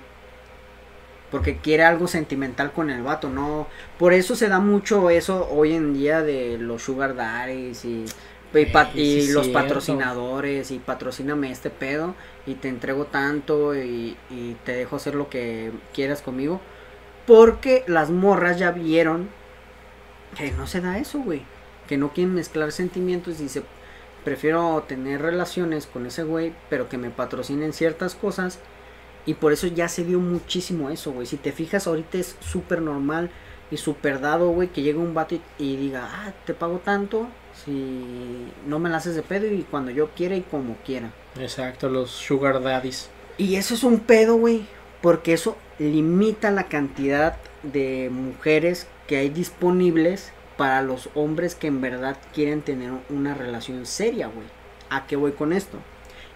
Porque quiere algo sentimental con el vato, no. Por eso se da mucho eso hoy en día de los sugar daddies y, y,
Ey,
pa-
Eh, sí
y
es
los
cierto.
patrocinadores y patrocíname este pedo y te entrego tanto y, y te dejo hacer lo que quieras conmigo. Porque las morras ya vieron que no se da eso, güey. Que no quieren mezclar sentimientos y se prefiero tener relaciones con ese güey, pero que me patrocinen ciertas cosas. Y por eso ya se vio muchísimo eso, güey. Si te fijas, ahorita es súper normal y súper dado, güey, que llegue un vato y, y diga, ah, te pago tanto si no me la haces de pedo y cuando yo quiera y como quiera.
Exacto, los sugar daddies.
Y eso es un pedo, güey, porque eso limita la cantidad de mujeres que hay disponibles para los hombres que en verdad quieren tener una relación seria, güey. ¿A qué voy con esto?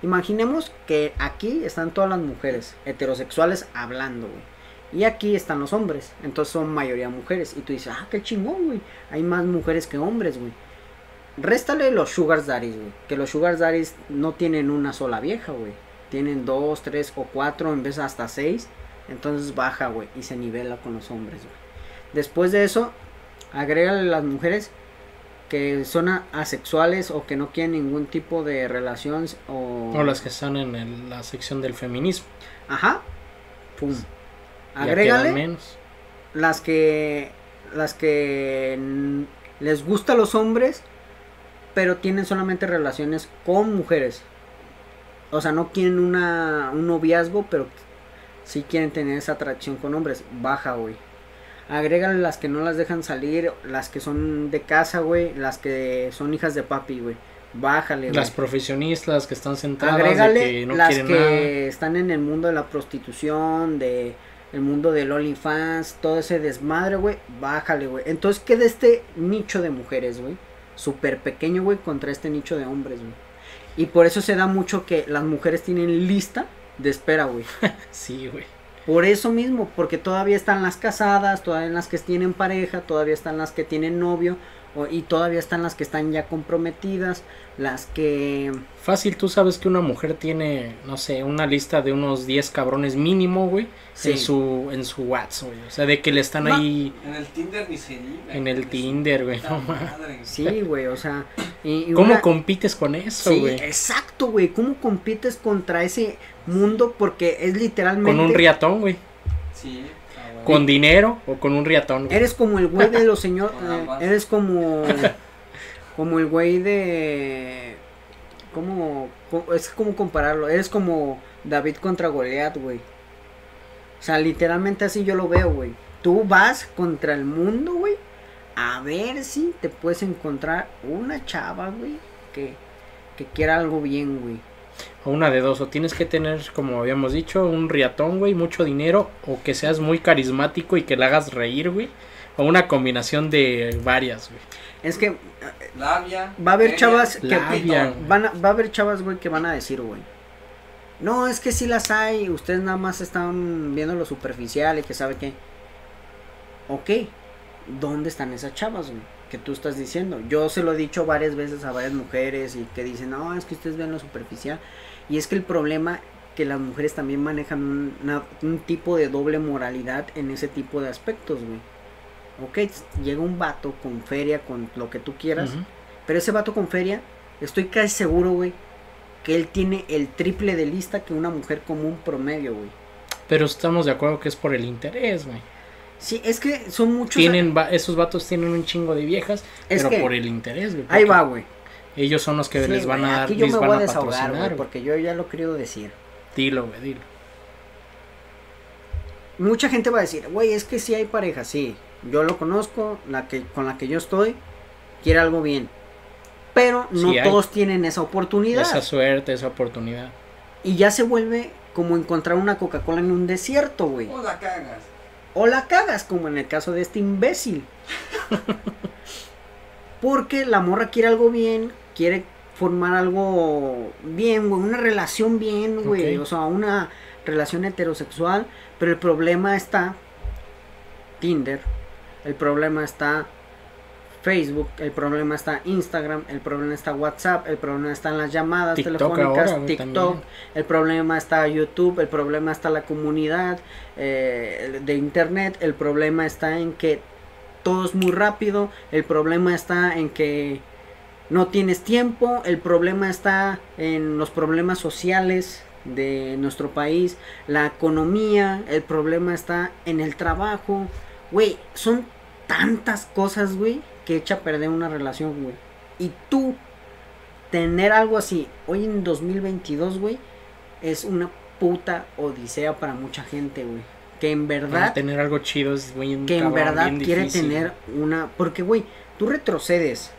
Imaginemos que aquí están todas las mujeres heterosexuales hablando, güey. Y aquí están los hombres, entonces son mayoría mujeres. Y tú dices, ah, qué chingón, güey. Hay más mujeres que hombres, güey. Réstale los sugar daddies, güey. Que los sugar daddies no tienen una sola vieja, güey. Tienen dos, tres o cuatro, en vez hasta seis. Entonces baja, güey, y se nivela con los hombres, güey. Después de eso, agrégale las mujeres que son a- asexuales o que no quieren ningún tipo de relación o...
O las que están en el- la sección del feminismo.
Ajá. Pum.
Ya quedan
Agrégale
menos.
las que las que mm, les gusta a los hombres, pero tienen solamente relaciones con mujeres. O sea, no quieren una un noviazgo, pero sí quieren tener esa atracción con hombres. Baja, güey. Agrégale las que no las dejan salir, las que son de casa, güey, las que son hijas de papi, güey. Bájale, güey.
Las profesionistas que están sentadas
Agrégale
de que no
las
quieren
que
nada.
están en el mundo de la prostitución, de el mundo del OnlyFans, todo ese desmadre, güey, bájale, güey. Entonces queda este nicho de mujeres, güey, súper pequeño, güey, contra este nicho de hombres, güey. Y por eso se da mucho que las mujeres tienen lista de espera, güey.
Sí, güey.
Por eso mismo, porque todavía están las casadas, todavía las que tienen pareja, todavía están las que tienen novio, o- y todavía están las que están ya comprometidas, las que...
Fácil, tú sabes que una mujer tiene, no sé, una lista de unos 10 cabrones mínimo, güey,
eh,
en su en su WhatsApp, güey. O sea, de que le están
No.
ahí
En el Tinder ni se diga.
en el
Su
Tinder, güey.
puta
No mames.
madre.
Sí, güey, o sea. Y, y
¿Cómo
una-
compites con eso,
Sí,
güey?
exacto, güey. ¿Cómo compites contra ese mundo? Porque es literalmente.
Con un riatón, güey.
Sí. ah, bueno.
Con dinero o con un riatón, güey.
Eres como el güey de los señores.
Con ambas.
eres como. Como el güey de. ¿Cómo.? co- Es como compararlo. Eres como David contra Goliat, güey. O sea, literalmente así yo lo veo, güey. Tú vas contra el mundo, güey. A ver si te puedes encontrar una chava, güey. Que, que quiera algo bien, güey.
O una de dos, o tienes que tener, como habíamos dicho, un riatón, güey, mucho dinero, o que seas muy carismático y que la hagas reír, güey. O una combinación de varias, güey.
Es que
Labia.
va a haber
labia,
chavas que
labia,
pitón.
güey.
van a- va a haber chavas, güey, que van a decir, güey. No, es que sí las hay, ustedes nada más están viendo lo superficial y que sabe qué. Ok, ¿dónde están esas chavas, güey? Que tú estás diciendo. Yo se lo he dicho varias veces a varias mujeres y que dicen, no, es que ustedes ven lo superficial. Y es que el problema que las mujeres también manejan un, una- un tipo de doble moralidad en ese tipo de aspectos, güey. Ok, llega un vato con feria, con lo que tú quieras.
Ujú.
Pero ese vato con feria, estoy casi seguro, güey, que él tiene el triple de lista que una mujer común promedio, güey.
Pero estamos de acuerdo que es por el interés, güey.
Sí, es que son muchos.
Tienen, va- esos vatos tienen un chingo de viejas,
es
pero
que,
por el interés, güey.
Ahí
porque
va, güey.
Ellos son los que
Sí,
les van
güey,
a dar,
Aquí yo
les
me
van
voy a
a
desahogar,
patrocinar.
güey,
güey.
porque yo ya lo quiero decir.
Dilo, güey, dilo.
Mucha gente va a decir, güey, es que sí hay pareja, sí. Yo lo conozco, la que con la que yo estoy quiere algo bien. Pero no
Sí hay.
todos tienen esa oportunidad.
Esa suerte, esa oportunidad.
Y ya se vuelve como encontrar una Coca-Cola en un desierto, güey.
O Pues la cagas.
O la cagas, como en el caso de este imbécil. Porque la morra quiere algo bien, quiere formar algo bien, güey, una relación bien, güey,
Ok.
o sea, una relación heterosexual, pero el problema está Tinder, el problema está Facebook, el problema está Instagram, el problema está WhatsApp, el problema está en las llamadas
TikTok
telefónicas,
ahora, güey,
TikTok,
también.
el problema está YouTube, el problema está la comunidad eh, de Internet, el problema está en que todo es muy rápido, el problema está en que no tienes tiempo, el problema está en los problemas sociales de nuestro país, la economía, el problema está en el trabajo, güey, son tantas cosas, güey, que echa a perder una relación, güey. Y tú tener algo así hoy en 2022, güey, es una puta odisea para mucha gente, güey. Que en
Para
verdad
tener algo chido es muy un
que en
cabrón,
verdad
bien
quiere
difícil.
tener una... Porque, güey, tú retrocedes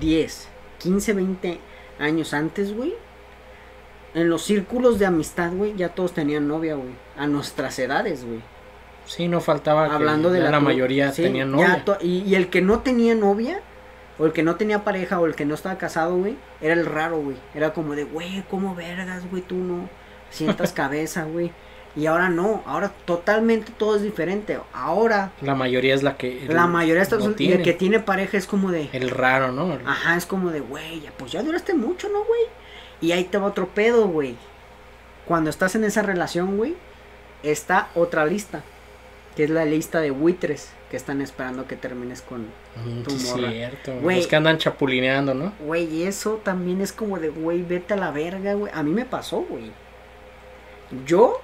10, 15, 20 años antes, güey. En los círculos de amistad, güey, ya todos tenían novia, güey. A nuestras edades, güey.
Sí, no faltaba Ah, que
Hablando de
ya
la,
la
tu-
mayoría
sí,
tenía
ya
novia.
to- y, y el que no tenía novia, o el que no tenía pareja, o el que no estaba casado, güey, era el raro, güey. Era como de, güey, ¿cómo vergas, güey? Tú no sientas cabeza, güey. Y ahora no, ahora totalmente todo es diferente. Ahora
La mayoría es la que el-
la mayoría está
no
y el
tiene.
que Ah, tiene pareja es como de,
el raro, ¿no?
ajá, es como de, güey, ya, pues ya duraste mucho, ¿no, güey? Y ahí te va otro pedo, güey. Cuando estás en esa relación, güey, está otra lista, que es la lista de buitres que están esperando que termines con,
Mm,
tu
sí, es
morra.
cierto.
Güey.
Los que andan chapulineando, ¿no?
güey, y eso también es como de, güey, vete a la verga, güey. A mí me pasó, güey. Yo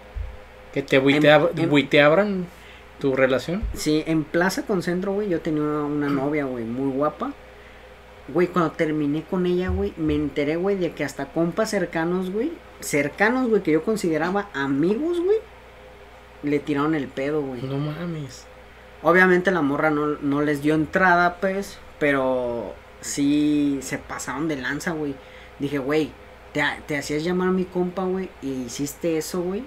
Que te buitea-
em-
buiteabran tu relación.
Sí, en Plaza Concentro, güey, yo tenía una, una novia, güey, muy guapa. Güey, cuando terminé con ella, güey, me enteré, güey, de que hasta compas cercanos, güey, cercanos, güey, que yo consideraba amigos, güey, le tiraron el pedo, güey.
No mames.
Obviamente la morra no, no les dio entrada, pues, pero sí se pasaron de lanza, güey. Dije, güey, te, ha- te hacías llamar mi compa, güey, y hiciste eso, güey.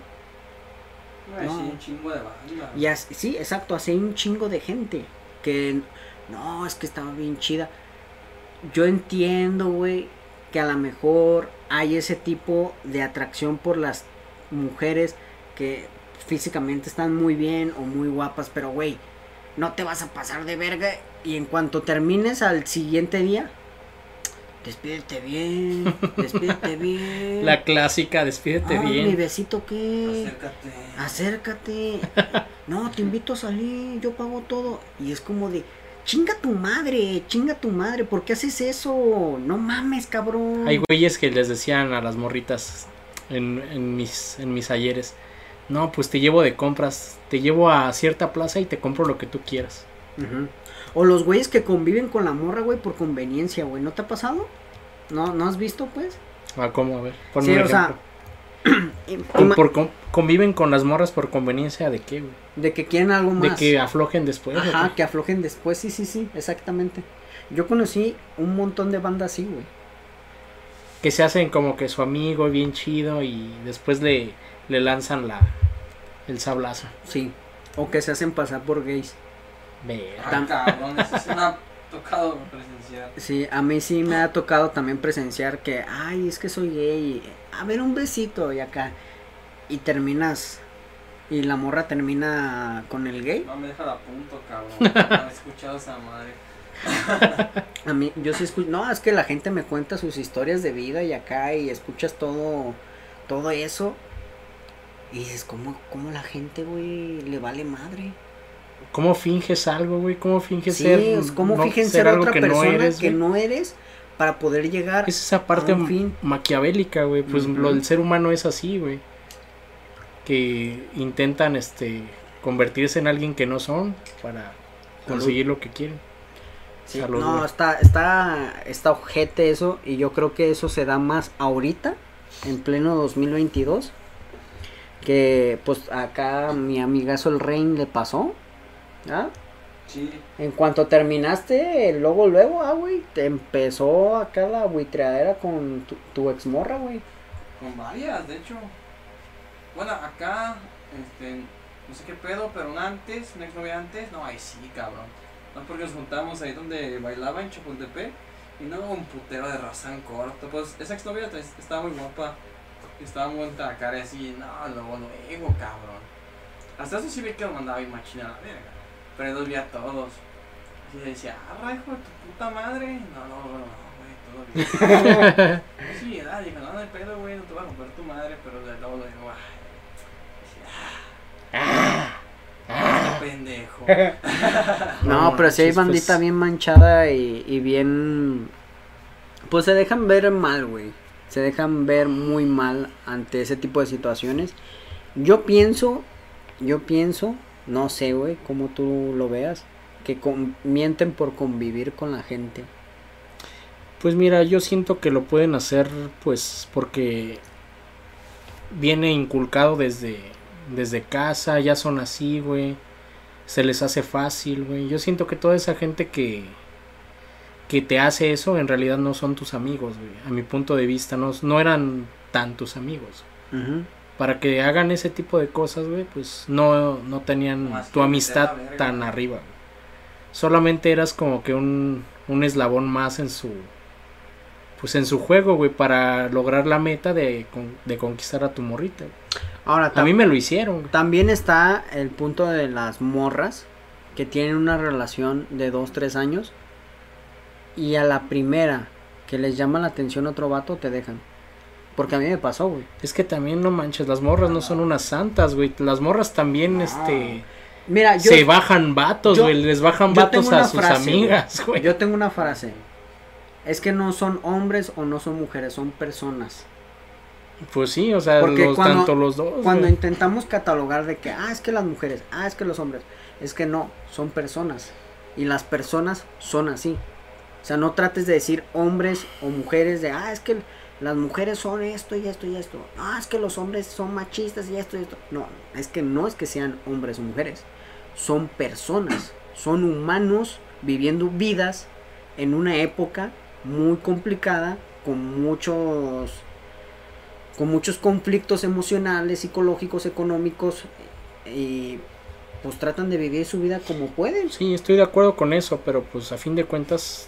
Güey,
No.
sí, un chingo de banda.
Y as- sí, exacto, así hay un chingo de gente que no, es que estaba bien chida. Yo entiendo, güey, que a lo mejor hay ese tipo de atracción por las mujeres que físicamente están muy bien o muy guapas, pero güey, no te vas a pasar de verga y en cuanto termines al siguiente día, despídete bien, despídete bien.
La clásica, despídete
Ah, mi
bien.
besito qué
Acércate.
Ah, acércate. No, te invito a salir, yo pago todo. Y es como de, chinga tu madre, chinga tu madre, ¿por qué haces eso? No mames, cabrón.
Hay güeyes que les decían a las morritas en, en mis, en mis ayeres. No, pues te llevo de compras, te llevo a cierta plaza y te compro lo que tú quieras.
Ujú. O los güeyes que conviven con la morra, güey, por conveniencia, güey. ¿No te ha pasado? ¿No, ¿no has visto, pues?
Ah, ¿cómo? A ver, ponme
Sí,
un
o sea,
ejemplo.
Em,
Con-
ima-
por con- ¿Conviven con las morras por conveniencia de qué, güey?
De que quieren algo
De
más.
que aflojen después. ¿o
Ajá,
qué?
que aflojen después, sí, sí, sí, exactamente. Yo conocí un montón de bandas así, güey.
Que se hacen como que su amigo bien chido y después le, le lanzan la el sablazo.
Sí. O que se hacen pasar por gays.
Verga.
Ah, cabrón, eso es una tocado presencial.
Sí, a mí sí me ha tocado también presenciar que, ay, es que soy gay, a ver un besito y acá, y terminas, y la morra termina con el gay.
No me deja la punto, cabrón. No he escuchado esa madre.
A mí, yo sí escucho, no, es que la gente me cuenta sus historias de vida y acá, y escuchas todo, todo eso, y dices, ¿cómo, cómo la gente, güey, le vale madre?
¿Cómo finges algo, güey? ¿Cómo finges
Sí,
ser?
es como
no-
fíjense
ser
a
algo
otra
que no
persona
eres,
que
güey?
no eres para poder llegar
Es esa parte
a un fin.
maquiavélica, güey. Pues
Ujú.
lo, el ser humano es así, güey. Que intentan este convertirse en alguien que no son para conseguir lo que quieren.
Sí,
Salud,
no,
güey.
está, está, está ojete eso y yo creo que eso se da más ahorita, en pleno 2022, que pues acá a mi amigazo el Rein le pasó, ¿ah?
Sí,
En cuanto terminaste, luego, luego, ah, güey, te empezó acá la buitreadera con tu, tu exmorra, güey.
con varias, de hecho. Bueno, acá, este, no sé qué pedo, pero una antes, una exnovia antes, no, ahí sí, cabrón. No, porque nos juntamos ahí donde bailaba en Chapultepec. Y no un putero de razón corto. Pues esa exnovia te- estaba muy guapa. y Estaba muy buena la cara y así, no, luego, luego, cabrón. Hasta eso sí vi que lo mandaba bien machina a la verga. Pero los vi a todos. Y decía, ah, hijo de tu puta madre. No, no, no, no, güey, todo bien. Sí, ah, dijo, no, no hay pedo, güey, no te va a romper tu madre, pero de luego lo digo, ay. Dije, ah, este pendejo.
No,
No
pero si hay
manches, pues.
bandita bien manchada y, y bien... Pues se dejan ver mal, güey. Se dejan ver muy mal ante ese tipo de situaciones. Yo pienso, yo pienso, no sé, güey, cómo tú lo veas, que con- mienten por convivir con la gente.
Pues mira, yo siento que lo pueden hacer pues porque viene inculcado desde, desde casa, ya son así, güey. Se les hace fácil, güey. Yo siento que toda esa gente que, que te hace eso en realidad no son tus amigos, güey. A mi punto de vista no, no eran tan tus amigos. Para que hagan ese tipo de cosas, güey, pues no, no tenían
Más que
tu
meter
amistad
la verga.
tan arriba. güey. Solamente eras como que un, un eslabón más en su pues en su juego, güey, para lograr la meta de, con- de conquistar a tu morrita. güey.
Ahora,
A mí
también
me lo hicieron. güey.
También está el punto de las morras que tienen una relación de 2, 3 años y a la primera que les llama la atención otro vato te dejan. Porque a mí me pasó, güey.
Es que también no manches, las morras no son unas santas, güey. Las morras también
Ah.
No.
este
Mira, yo,
se bajan vatos,
yo-
güey, les bajan
yo
vatos
tengo
a
una
sus
frase, güey.
amigas, güey.
yo tengo una frase. Es que no son hombres o no son mujeres, son personas.
Pues sí, o sea,
Porque
los,
cuando-
tanto los dos.
Cuando
güey.
intentamos catalogar de que, ah, es que las mujeres, ah, es que los hombres, es que no, son personas. Y las personas son así. O sea, no trates de decir hombres o mujeres de, ah, es que las mujeres son esto y esto y esto. Ah, es que los hombres son machistas y esto y esto. No, es que no es que sean hombres o mujeres. Son personas, son humanos viviendo vidas en una época muy complicada, con muchos con muchos conflictos emocionales, psicológicos, económicos y pues tratan de vivir su vida como pueden.
Sí, estoy de acuerdo con eso, pero pues a fin de cuentas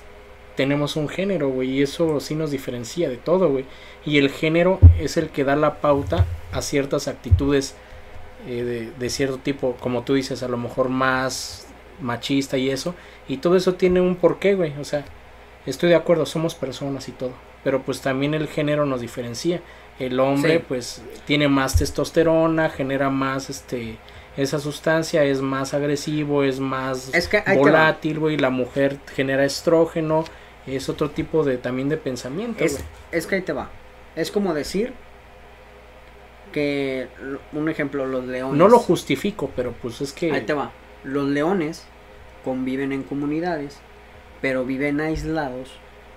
tenemos un género, güey, y eso sí nos diferencia de todo, güey. Y el género es el que da la pauta a ciertas actitudes eh, de, de cierto tipo, como tú dices, a lo mejor más machista y eso, y todo eso tiene un porqué, güey, o sea, estoy de acuerdo, somos personas y todo, pero pues también el género nos diferencia. El hombre
Sí.
pues tiene más testosterona, genera más este esa sustancia, es más agresivo, es más
Es que ahí te va.
volátil, güey, la mujer genera estrógeno, es otro tipo de también de pensamiento,
Es,
güey.
es que ahí te va. Es como decir que, l- un ejemplo, los leones.
No lo justifico, pero pues es que
Ahí te va. Los leones conviven en comunidades, pero viven aislados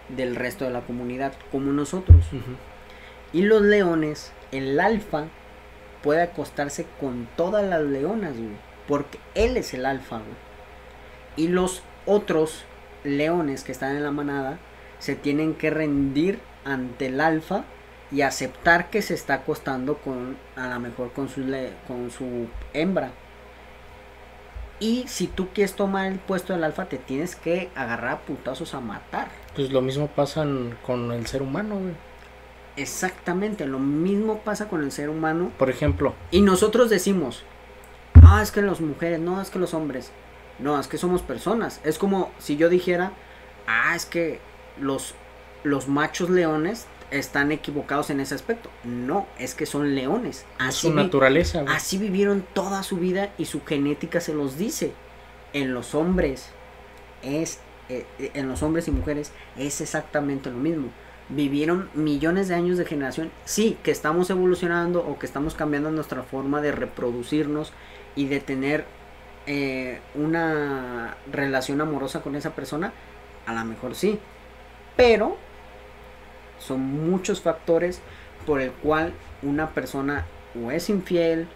del resto de la comunidad, como nosotros.
Ujú.
Y los leones, el alfa, puede acostarse con todas las leonas, güey. Porque él es el alfa, güey. Y los otros leones que están en la manada se tienen que rendir ante el alfa y aceptar que se está acostando con, a lo mejor con su, le- con su hembra. Y si tú quieres tomar el puesto del alfa, te tienes que agarrar a putazos a matar.
pues lo mismo pasan con el ser humano, güey.
Exactamente, lo mismo pasa con el ser humano
Por ejemplo,
Y nosotros decimos, ah, es que las mujeres, no, es que los hombres, no, es que somos personas. Es como si yo dijera, ah, es que los, los machos leones están equivocados en ese aspecto. No, es que son leones. Así,
su
vi-
naturaleza, güey.
así vivieron toda su vida y su genética se los dice. En los hombres, es, eh, eh, en los hombres y mujeres, es exactamente lo mismo vivieron millones de años de generación. Sí, que estamos evolucionando o que estamos cambiando nuestra forma de reproducirnos y de tener eh, una relación amorosa con esa persona. A lo mejor sí. Pero son muchos factores por el cual una persona o es infiel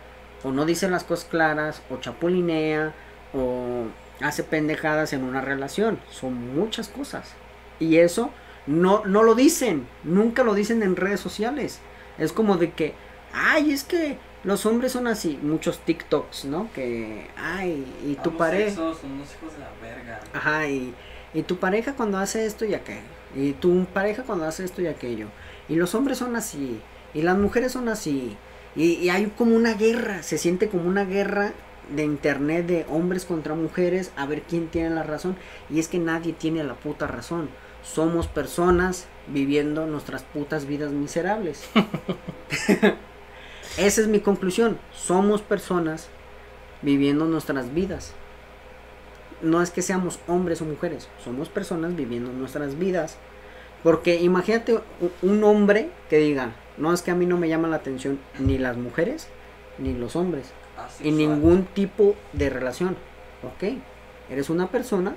o no dice las cosas claras o chapulinea o hace pendejadas en una relación. Son muchas cosas. Y eso no, no lo dicen, nunca lo dicen en redes sociales. Es como de que, ay, es que los hombres son así, muchos TikToks, ¿no? Que, ay, y tu
Ambos
pareja.
sexos son unos hijos de la verga.
Ajá, y, Y tu pareja cuando hace esto y aquello. Y tu pareja cuando hace esto y aquello. Y los hombres son así. Y las mujeres son así. Y, y hay como una guerra. Se siente como una guerra de internet de hombres contra mujeres a ver quién tiene la razón. Y es que nadie tiene la puta razón. Somos personas viviendo nuestras putas vidas miserables. Esa es mi conclusión. Somos personas viviendo nuestras vidas. No es que seamos hombres o mujeres, somos personas viviendo nuestras vidas. Porque imagínate un hombre que diga, no es que a mí no me llama la atención ni las mujeres ni los hombres. Así y ningún tipo de relación. Ok, eres una persona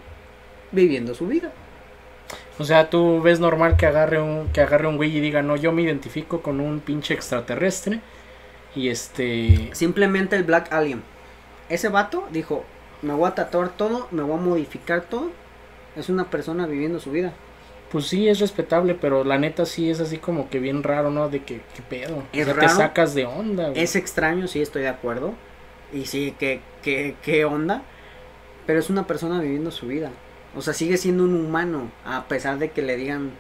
viviendo su vida.
O sea, tú ves normal que agarre un que agarre un güey y diga, "No, yo me identifico con un pinche extraterrestre." Y este
simplemente el Black Alien. Ese vato dijo, "Me voy a tatuar todo, me voy a modificar todo." Es una persona viviendo su vida.
Pues sí, es respetable, pero la neta sí es así como que bien raro, ¿no? De que, qué pedo. Es o sea, raro, te sacas de onda,
güey. Es extraño, sí, estoy de acuerdo. Y sí, qué, qué, qué onda. Pero es una persona viviendo su vida. O sea, sigue siendo un humano, a pesar de que le digan,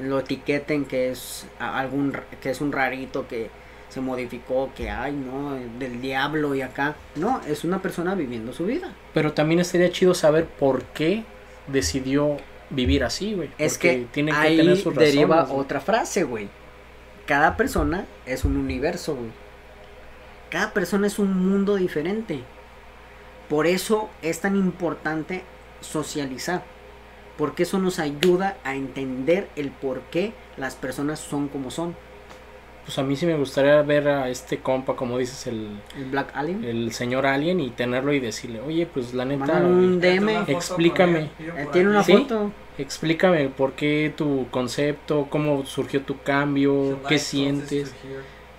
lo etiqueten que es algún, que es un rarito, que se modificó, que ay, no, del diablo y acá. No, es una persona viviendo su vida.
Pero también estaría chido saber por qué decidió vivir así, güey.
Es que tiene que ahí tener sus razones, deriva güey. otra frase, güey. Cada persona es un universo, güey. Cada persona es un mundo diferente. Por eso es tan importante socializar. Porque eso nos ayuda a entender el por qué las personas son como son.
Pues a mí sí me gustaría ver a este compa, como dices, el,
¿El Black Alien.
El señor Alien y tenerlo y decirle, oye, pues la neta...
Mándale un DM.
Explícame.
Tiene una foto.
¿Sí? Explícame por qué tu concepto, cómo surgió tu cambio, qué sientes.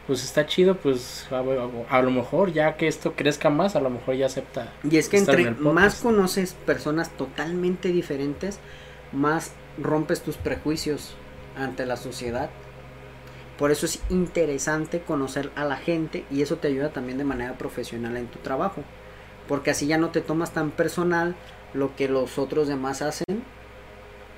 Pues está chido, pues a, a, a, lo mejor ya que esto crezca más, a lo mejor ya acepta.
Y es que entre en más conoces personas totalmente diferentes, más rompes tus prejuicios ante la sociedad. Por eso es interesante conocer a la gente y eso te ayuda también de manera profesional en tu trabajo. Porque así ya no te tomas tan personal lo que los otros demás hacen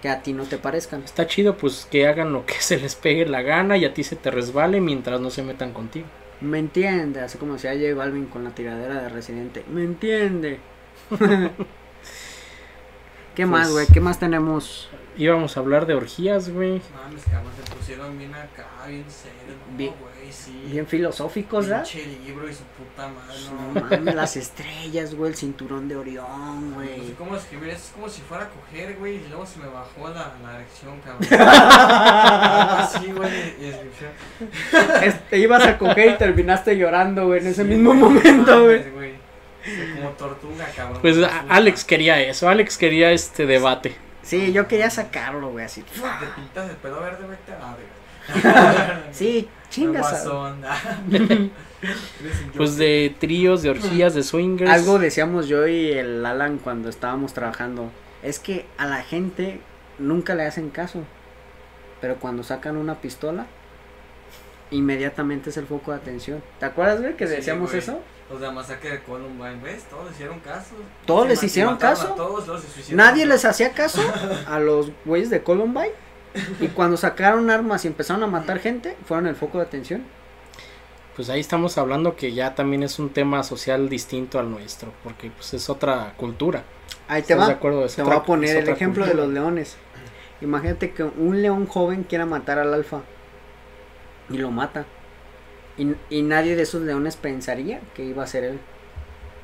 que a ti no te parezcan.
Está chido pues que hagan lo que se les pegue la gana y a ti se te resbale mientras no se metan contigo.
Me entiende, así como decía J Balvin con la tiradera de Residente. Me entiende. ¿Qué pues, más, güey? ¿Qué más tenemos?
Íbamos a hablar de orgías, güey.
Mames, cabrón, se pusieron bien acá, bien serios,
bien,
güey, sí.
Bien filosóficos, ¿verdad?
libro y su puta
madre. No mames, las estrellas, güey, el cinturón de Orión, güey.
No sé Pues, cómo escribir eso, es como si fuera a coger, güey, y luego se me bajó la, la erección, cabrón. Así, güey, y descripción.
Este, ibas a coger y terminaste llorando, güey, en ese sí, mismo wey, momento, güey.
Como tortuga, cabrón.
Pues Alex quería eso, Alex quería este debate.
Sí, yo quería sacarlo, güey, así.
Te pintas el pelo verde, güey, te
Sí, chingas.
ah.
pues de tríos, de orgías, de swingers.
Algo decíamos yo y el Alan cuando estábamos trabajando. Es que a la gente nunca le hacen caso. Pero cuando sacan una pistola, inmediatamente es el foco de atención. ¿Te acuerdas, güey, que
Sí,
decíamos
güey.
eso?
Los de la masacre de Columbine, ¿ves? Todos hicieron caso.
¿Todos
Se
les
ma-
hicieron
mataron
caso?
A todos, todos se suicidaron.
Nadie les hacía caso a los güeyes de Columbine. Y cuando sacaron armas y empezaron a matar gente, fueron el foco de atención.
Pues ahí estamos hablando que ya también es un tema social distinto al nuestro, porque pues es otra cultura.
Ahí te
¿Estás
va.
de acuerdo? Es
te
otra-
voy a poner
es
el
otra
ejemplo de
cultura.
los leones. Imagínate que un león joven quiera matar al alfa y lo mata. Y, y nadie de esos leones pensaría que iba a ser él.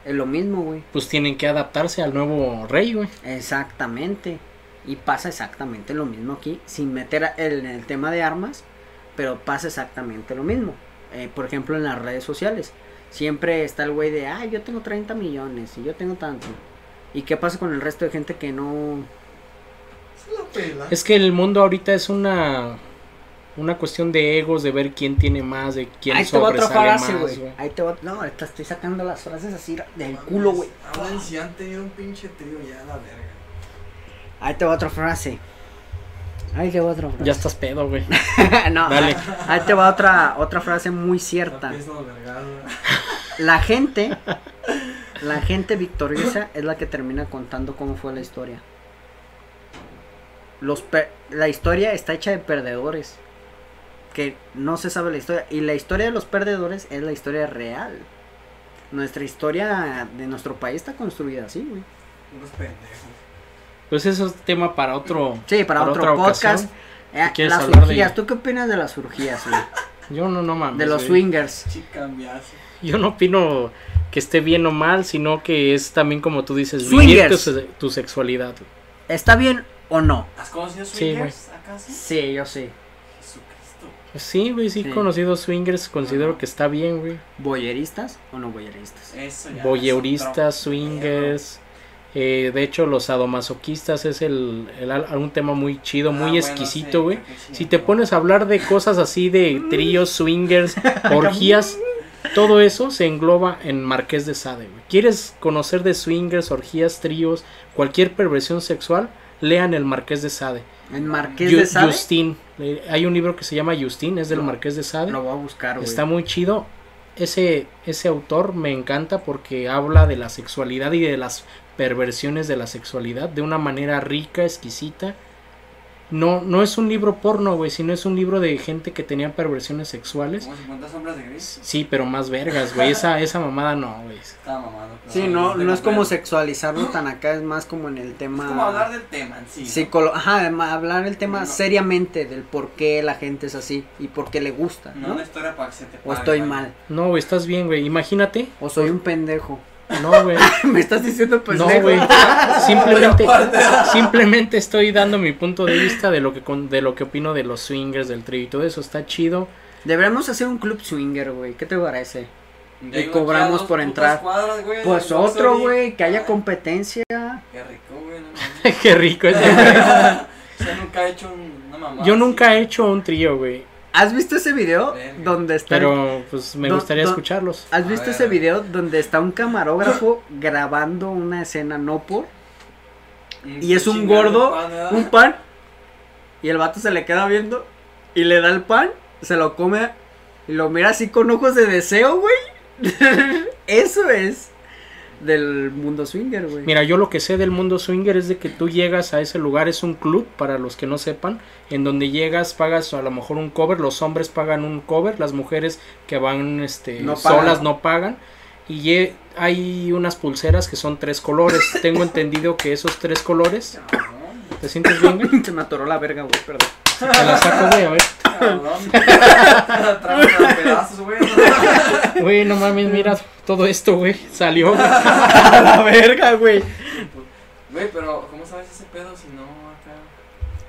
Es lo mismo, güey.
Pues tienen que adaptarse al nuevo rey, güey.
Exactamente. Y pasa exactamente lo mismo aquí, sin meter a- el- en el tema de armas, pero pasa exactamente lo mismo. Eh, por ejemplo, en las redes sociales. Siempre está el güey de, ah, yo tengo 30 millones y yo tengo tanto. ¿Y qué pasa con el resto de gente que no...
Se la pela.
Es que el mundo ahorita es una una cuestión de egos, de ver quién tiene más, de quién
Ahí te va
sobresale
otra frase,
más,
güey.
güey.
Ahí te va... No, te estoy sacando las frases así del
Mames,
culo, güey.
Hablan si han tenido un pinche trío ya, la verga.
Ahí te va otra frase. Ahí te va otra frase.
Ya estás pedo, güey.
no,
Dale.
ahí te va otra, otra frase muy
La
cierta.
pieza de vergado.
La gente, la gente victoriosa es la que termina contando cómo fue la historia. los per- la historia está hecha de perdedores. Que no se sabe la historia. Y la historia de los perdedores es la historia real. Nuestra historia de nuestro país está construida así, güey.
Unos pendejos.
Pues eso es tema para otro.
Sí, para,
Para
otro
otra
podcast.
ocasión,
Eh,
si quieres
las
hablar de
urgías,
ello.
¿tú qué opinas de las urgías, güey?
Yo no, no mames.
De los
güey.
swingers.
Chicambiazo.
Yo no opino que esté bien o mal, sino que es también como tú dices, vivir tu,
Swingers.
se- tu sexualidad. güey.
¿Está bien o no?
¿Has conocido
Sí, güey.
swingers acaso?
Sí, yo sí.
Jesucristo.
Pues Sí, güey, sí,
Sí.
he conocido swingers, considero que está bien, güey.
¿Boyeristas o no boyeristas?
Eso ya.
Voyeuristas,
es otro
swingers. eh, de hecho, los sadomasoquistas es el, el al- un tema muy chido,
pedo. Ah,
muy
bueno, sí,
exquisito, güey.
creo que sí,
Si te
¿no?
pones a hablar de cosas así de tríos, swingers, orgías, todo eso se engloba en Marqués de Sade. güey. ¿Quieres conocer de swingers, orgías, tríos, cualquier perversión sexual? Lean el Marqués de Sade.
¿En Marqués
Ju-
de Sade?
Justin. Eh, Hay un libro que se llama Justin, es del
No,
Marqués de Sade.
Lo voy a buscar, güey.
Está muy chido. Ese, ese autor me encanta porque habla de la sexualidad y de las perversiones de la sexualidad de una manera rica, exquisita. No, no es un libro porno, güey, sino es un libro de gente que tenía perversiones sexuales.
Como 50 sombras de gris.
Sí, pero más vergas, güey. Esa, esa mamada no, güey.
Estaba mamado. pero
Sí, no,
te
no es como
comprendo.
sexualizarlo tan acá, es más como en el
Es
tema...
como hablar del tema en sí. ¿no?
psicolo- Ajá, ma- hablar el tema
No.
seriamente del por qué la gente es así y por qué le gusta,
No,
¿no?
una historia para que se te
O
pague,
estoy
vaya.
mal,
No, güey, estás bien, güey. Imagínate.
o soy un pendejo.
No, güey.
Me estás diciendo
no,
pendejo.
güey. Simplemente,
Y aparte-
simplemente estoy dando mi punto de vista de lo que con- de lo que opino de los swingers, del trío y todo eso. Está chido.
Deberíamos hacer un club swinger, güey. ¿Qué te parece?
Ya
Y
iba
cobramos
aquí a dos
por
putas
entrar.
cuadras, güey,
Pues
del Oxxo,
otro, güey, que haya
Ah,
competencia.
Qué rico, güey. no
Qué rico ese, güey.
mames. Yo nunca he hecho un- una mamada.
Yo
así.
nunca he hecho un trío, güey.
¿Has visto ese video
Verga.
donde está? el-
Pero pues me
No,
gustaría
no.
escucharlos.
¿Has
A
visto
ver,
ese
a ver.
video donde está un camarógrafo grabando una escena no por Y es un
Chingado,
gordo,
pan, ¿verdad?
un pan y el vato se le queda viendo y le da el pan, se lo come y lo mira así con ojos de deseo, güey? Eso es del mundo swinger, güey.
Mira, yo lo que sé del mundo swinger es de que tú llegas a ese lugar, es un club, para los que no sepan, en donde llegas, pagas a lo mejor un cover, los hombres pagan un cover, las mujeres que van este,
No pagan.
solas no pagan. Y lle- hay unas pulseras que son tres colores. Tengo entendido que esos tres colores.
Cabrón,
¿Te sientes bien, güey?
Se me atoró la verga, güey, perdón.
Te la saco, güey, a ver.
cabrón. Trampa a pedazos, güey.
Güey, no mames, mira todo esto, güey. Salió. güey.
A la verga, güey.
Güey, pero ¿cómo sabes ese pedo si no acá?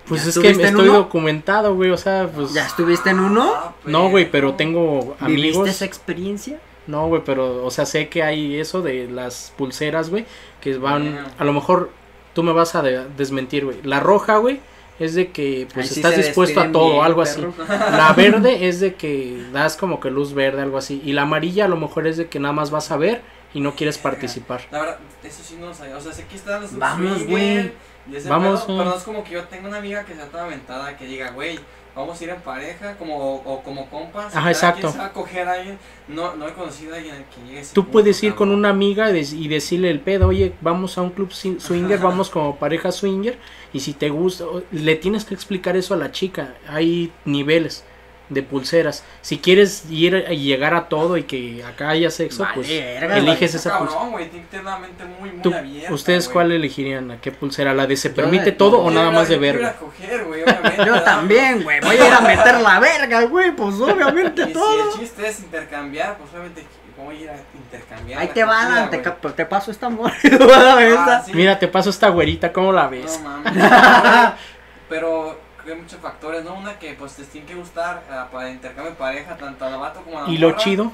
Pues
¿Ya
es que
estuviste en
estoy
uno?
documentado, güey. O sea, pues.
¿Ya estuviste en uno?
Ah,
No, güey, pero tengo
¿Viviste
amigos.
esa experiencia?
No, güey, pero, o sea, sé que hay eso de las pulseras, güey, que van,
Ah.
a lo mejor tú me vas a de- desmentir, güey. La roja, güey, es de que, pues,
Ahí sí
estás
se
dispuesto a
despiden
todo,
bien,
algo
perro.
así. La verde es de que das como que luz verde, algo así. Y la amarilla a lo mejor es de que nada más vas a ver y no quieres participar.
La verdad, eso sí no lo sabía. O sea, sé que están los
Vamos,
swinger
güey.
y ese
Vamos,
pedo,
güey.
Pero no es como que yo tengo una amiga que sea tan aventada que diga, güey, vamos a ir en pareja como, o, o como compas.
Ajá,
y cada quien
exacto.
se va a coger a alguien. No, no he conocido a alguien que llegue a ese
Tú
punto,
puedes ir con
cabrón.
una amiga y des- y decirle el pedo, oye, vamos a un club swing- swinger, vamos como pareja swinger, y si te gusta, o- le tienes que explicar eso a la chica. Hay niveles de pulseras. Si quieres ir y llegar a todo y que acá haya sexo,
Vale,
pues
verga,
eliges
Está
esa pulsera.
Cabrón, güey, tiene que tener la mente muy, muy
Tú-
abierta,
¿Ustedes
güey.
cuál elegirían? ¿A qué pulsera? ¿La de se
Yo
permite
de-
todo o
Yo
nada
quiero-
más de
yo quiero ir
verga?
a coger, güey, obviamente,
Yo
¿verdad?
también, güey. Voy a ir a meter la verga, güey. Pues
Y
obviamente
si
todo.
el chiste es intercambiar, pues obviamente voy a ir a intercambiar.
Ahí
la
te van,
cogida,
te,
güey.
cap- te paso esta morra. Ah,
Ah, sí.
Mira, te paso esta güerita, ¿cómo la
No
ves?
mames. Pero hay muchos factores, ¿no? Una que pues te tiene que gustar ah, para intercambio de pareja, tanto al vato como a la
Y lo
morra.
chido,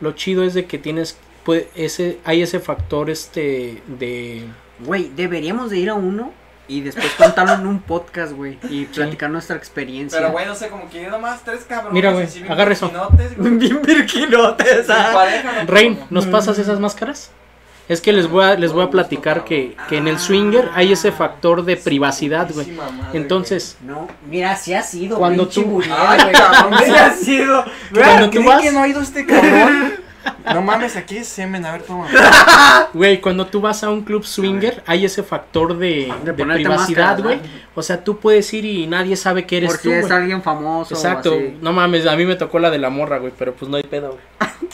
lo chido es de que tienes, pues, ese, hay ese factor este de...
Güey, deberíamos de ir a uno y después contarlo en un podcast, güey. Y platicar nuestra experiencia.
Pero güey, no sé, como que yo nomás tres cabrones.
Mira, güey,
así bien
agarra eso.
cochinotes, güey,
Bien virquinotes,
sin
ah.
pareja, ¿no?
Rein,
Como-
¿nos pasas esas máscaras? Es que les voy a, les voy a
Con gusto,
platicar que,
cabrón.
que en el swinger hay ese factor de
Sí,
privacidad, güey.
putísima madre,
Entonces,
No, mira, si ha sido.
Cuando
pinche
tú-
Buriel,
Ay,
güey.
cabrón,
Sí ha sido.
Cuando tú
¿creen
vas-
que no ha ido este cabrón.
No mames, aquí es semen, a ver, toma.
Güey, cuando tú vas a un club swinger, hay ese factor de, de
ponerte
privacidad,
máscara,
güey.
¿no?
O sea, tú puedes ir y nadie sabe que eres
Porque
tú,
es
güey.
alguien famoso. o
Exacto.
así.
No mames, a mí me tocó la de la morra, güey, pero pues no hay pedo, güey.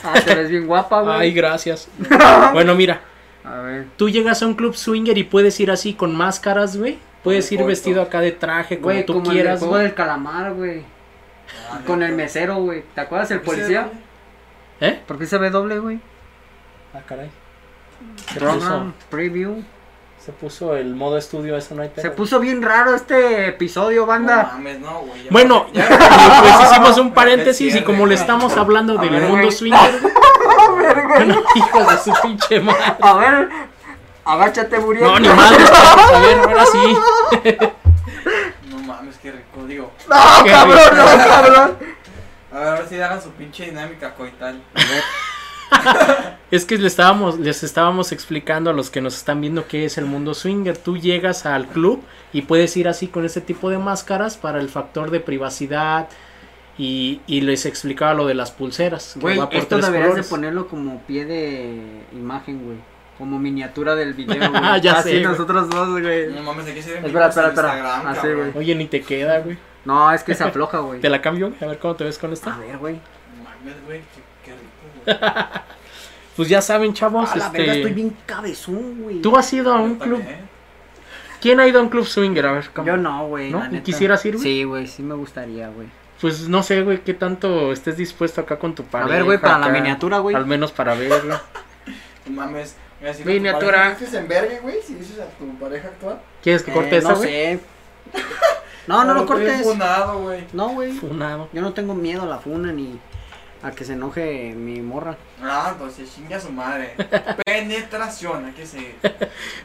Ah, pero es bien guapa, güey.
Ay, gracias. bueno, mira,
A ver.
tú llegas a un club swinger y puedes ir así con máscaras, güey. Puedes
Con
ir
coito.
vestido acá de traje, como
Güey,
tú
como el del
quieras,
juego
güey.
del calamar, güey.
Ah,
Con el mesero, güey. ¿Te acuerdas el
Pues,
policía?
¿Eh?
¿Por qué se ve doble, güey?
Ah, caray. Se puso,
Program, preview.
se puso el modo estudio, eso no hay pedo.
Se puso bien raro este episodio,
No
banda.
mames, no, güey. ya-
Bueno,
ya-
pues hicimos un paréntesis y
cierre,
como le
güey.
estamos hablando
A
del
ver,
mundo
güey.
swinger, güey, bueno, hijos de su pinche madre.
A ver, agáchate, Muriel.
No, ni madre, a ver, ahora sí.
No mames, qué rico, digo.
No,
Qué
Ah, cabrón, no, cabrón.
A ver, ahora sí hagan su pinche dinámica coital.
Es que le estábamos, les estábamos explicando a los que nos están viendo qué es el mundo swinger. Tú llegas al club y puedes ir así con este tipo de máscaras para el factor de privacidad. Y, y les explicaba lo de las pulseras. que
Güey,
va por
esto
tres
deberías de
colores.
ponerlo como pie de imagen, güey. Como miniatura del video,
Ah,
güey.
ya
Así
sé, güey.
nosotros dos,
No
güey.
mames, aquí se ve
Espera, espera,
en
espera.
Instagram,
Así,
cabrón.
güey.
Oye, ni te queda, güey.
No, es que se afloja, güey.
¿Te la cambio? güey? A ver cómo te ves con
A
esta.
ver, güey.
No mames, güey, qué, qué rico,
Pues ya saben, chavos.
A la
este,
verga, estoy bien cabezón, güey.
¿Tú has ido a
güey.
un club?
¿Eh?
¿Quién ha ido a un club swinger? A ver, ¿cómo?
Yo no, güey.
¿No?
la
¿Y
neta.
quisieras ir, güey?
Sí, güey, sí me gustaría, güey.
Pues no sé, güey, qué tanto estés dispuesto acá con tu
A
pareja.
ver, güey, para la
acá,
miniatura, güey.
Al menos para verlo.
No mames. mira, si
Miniatura.
tu pareja-
que se envergue, güey, si dices a tu pareja actual?
¿Quieres que
Eh,
corte esa,
No
güey?
sé. No, no lo
estoy
cortes.
funado, güey.
No, güey.
Funado.
Yo no tengo miedo a la funa ni a que se enoje mi morra.
Ah, pues se chinga su madre. Penetración, aquí se.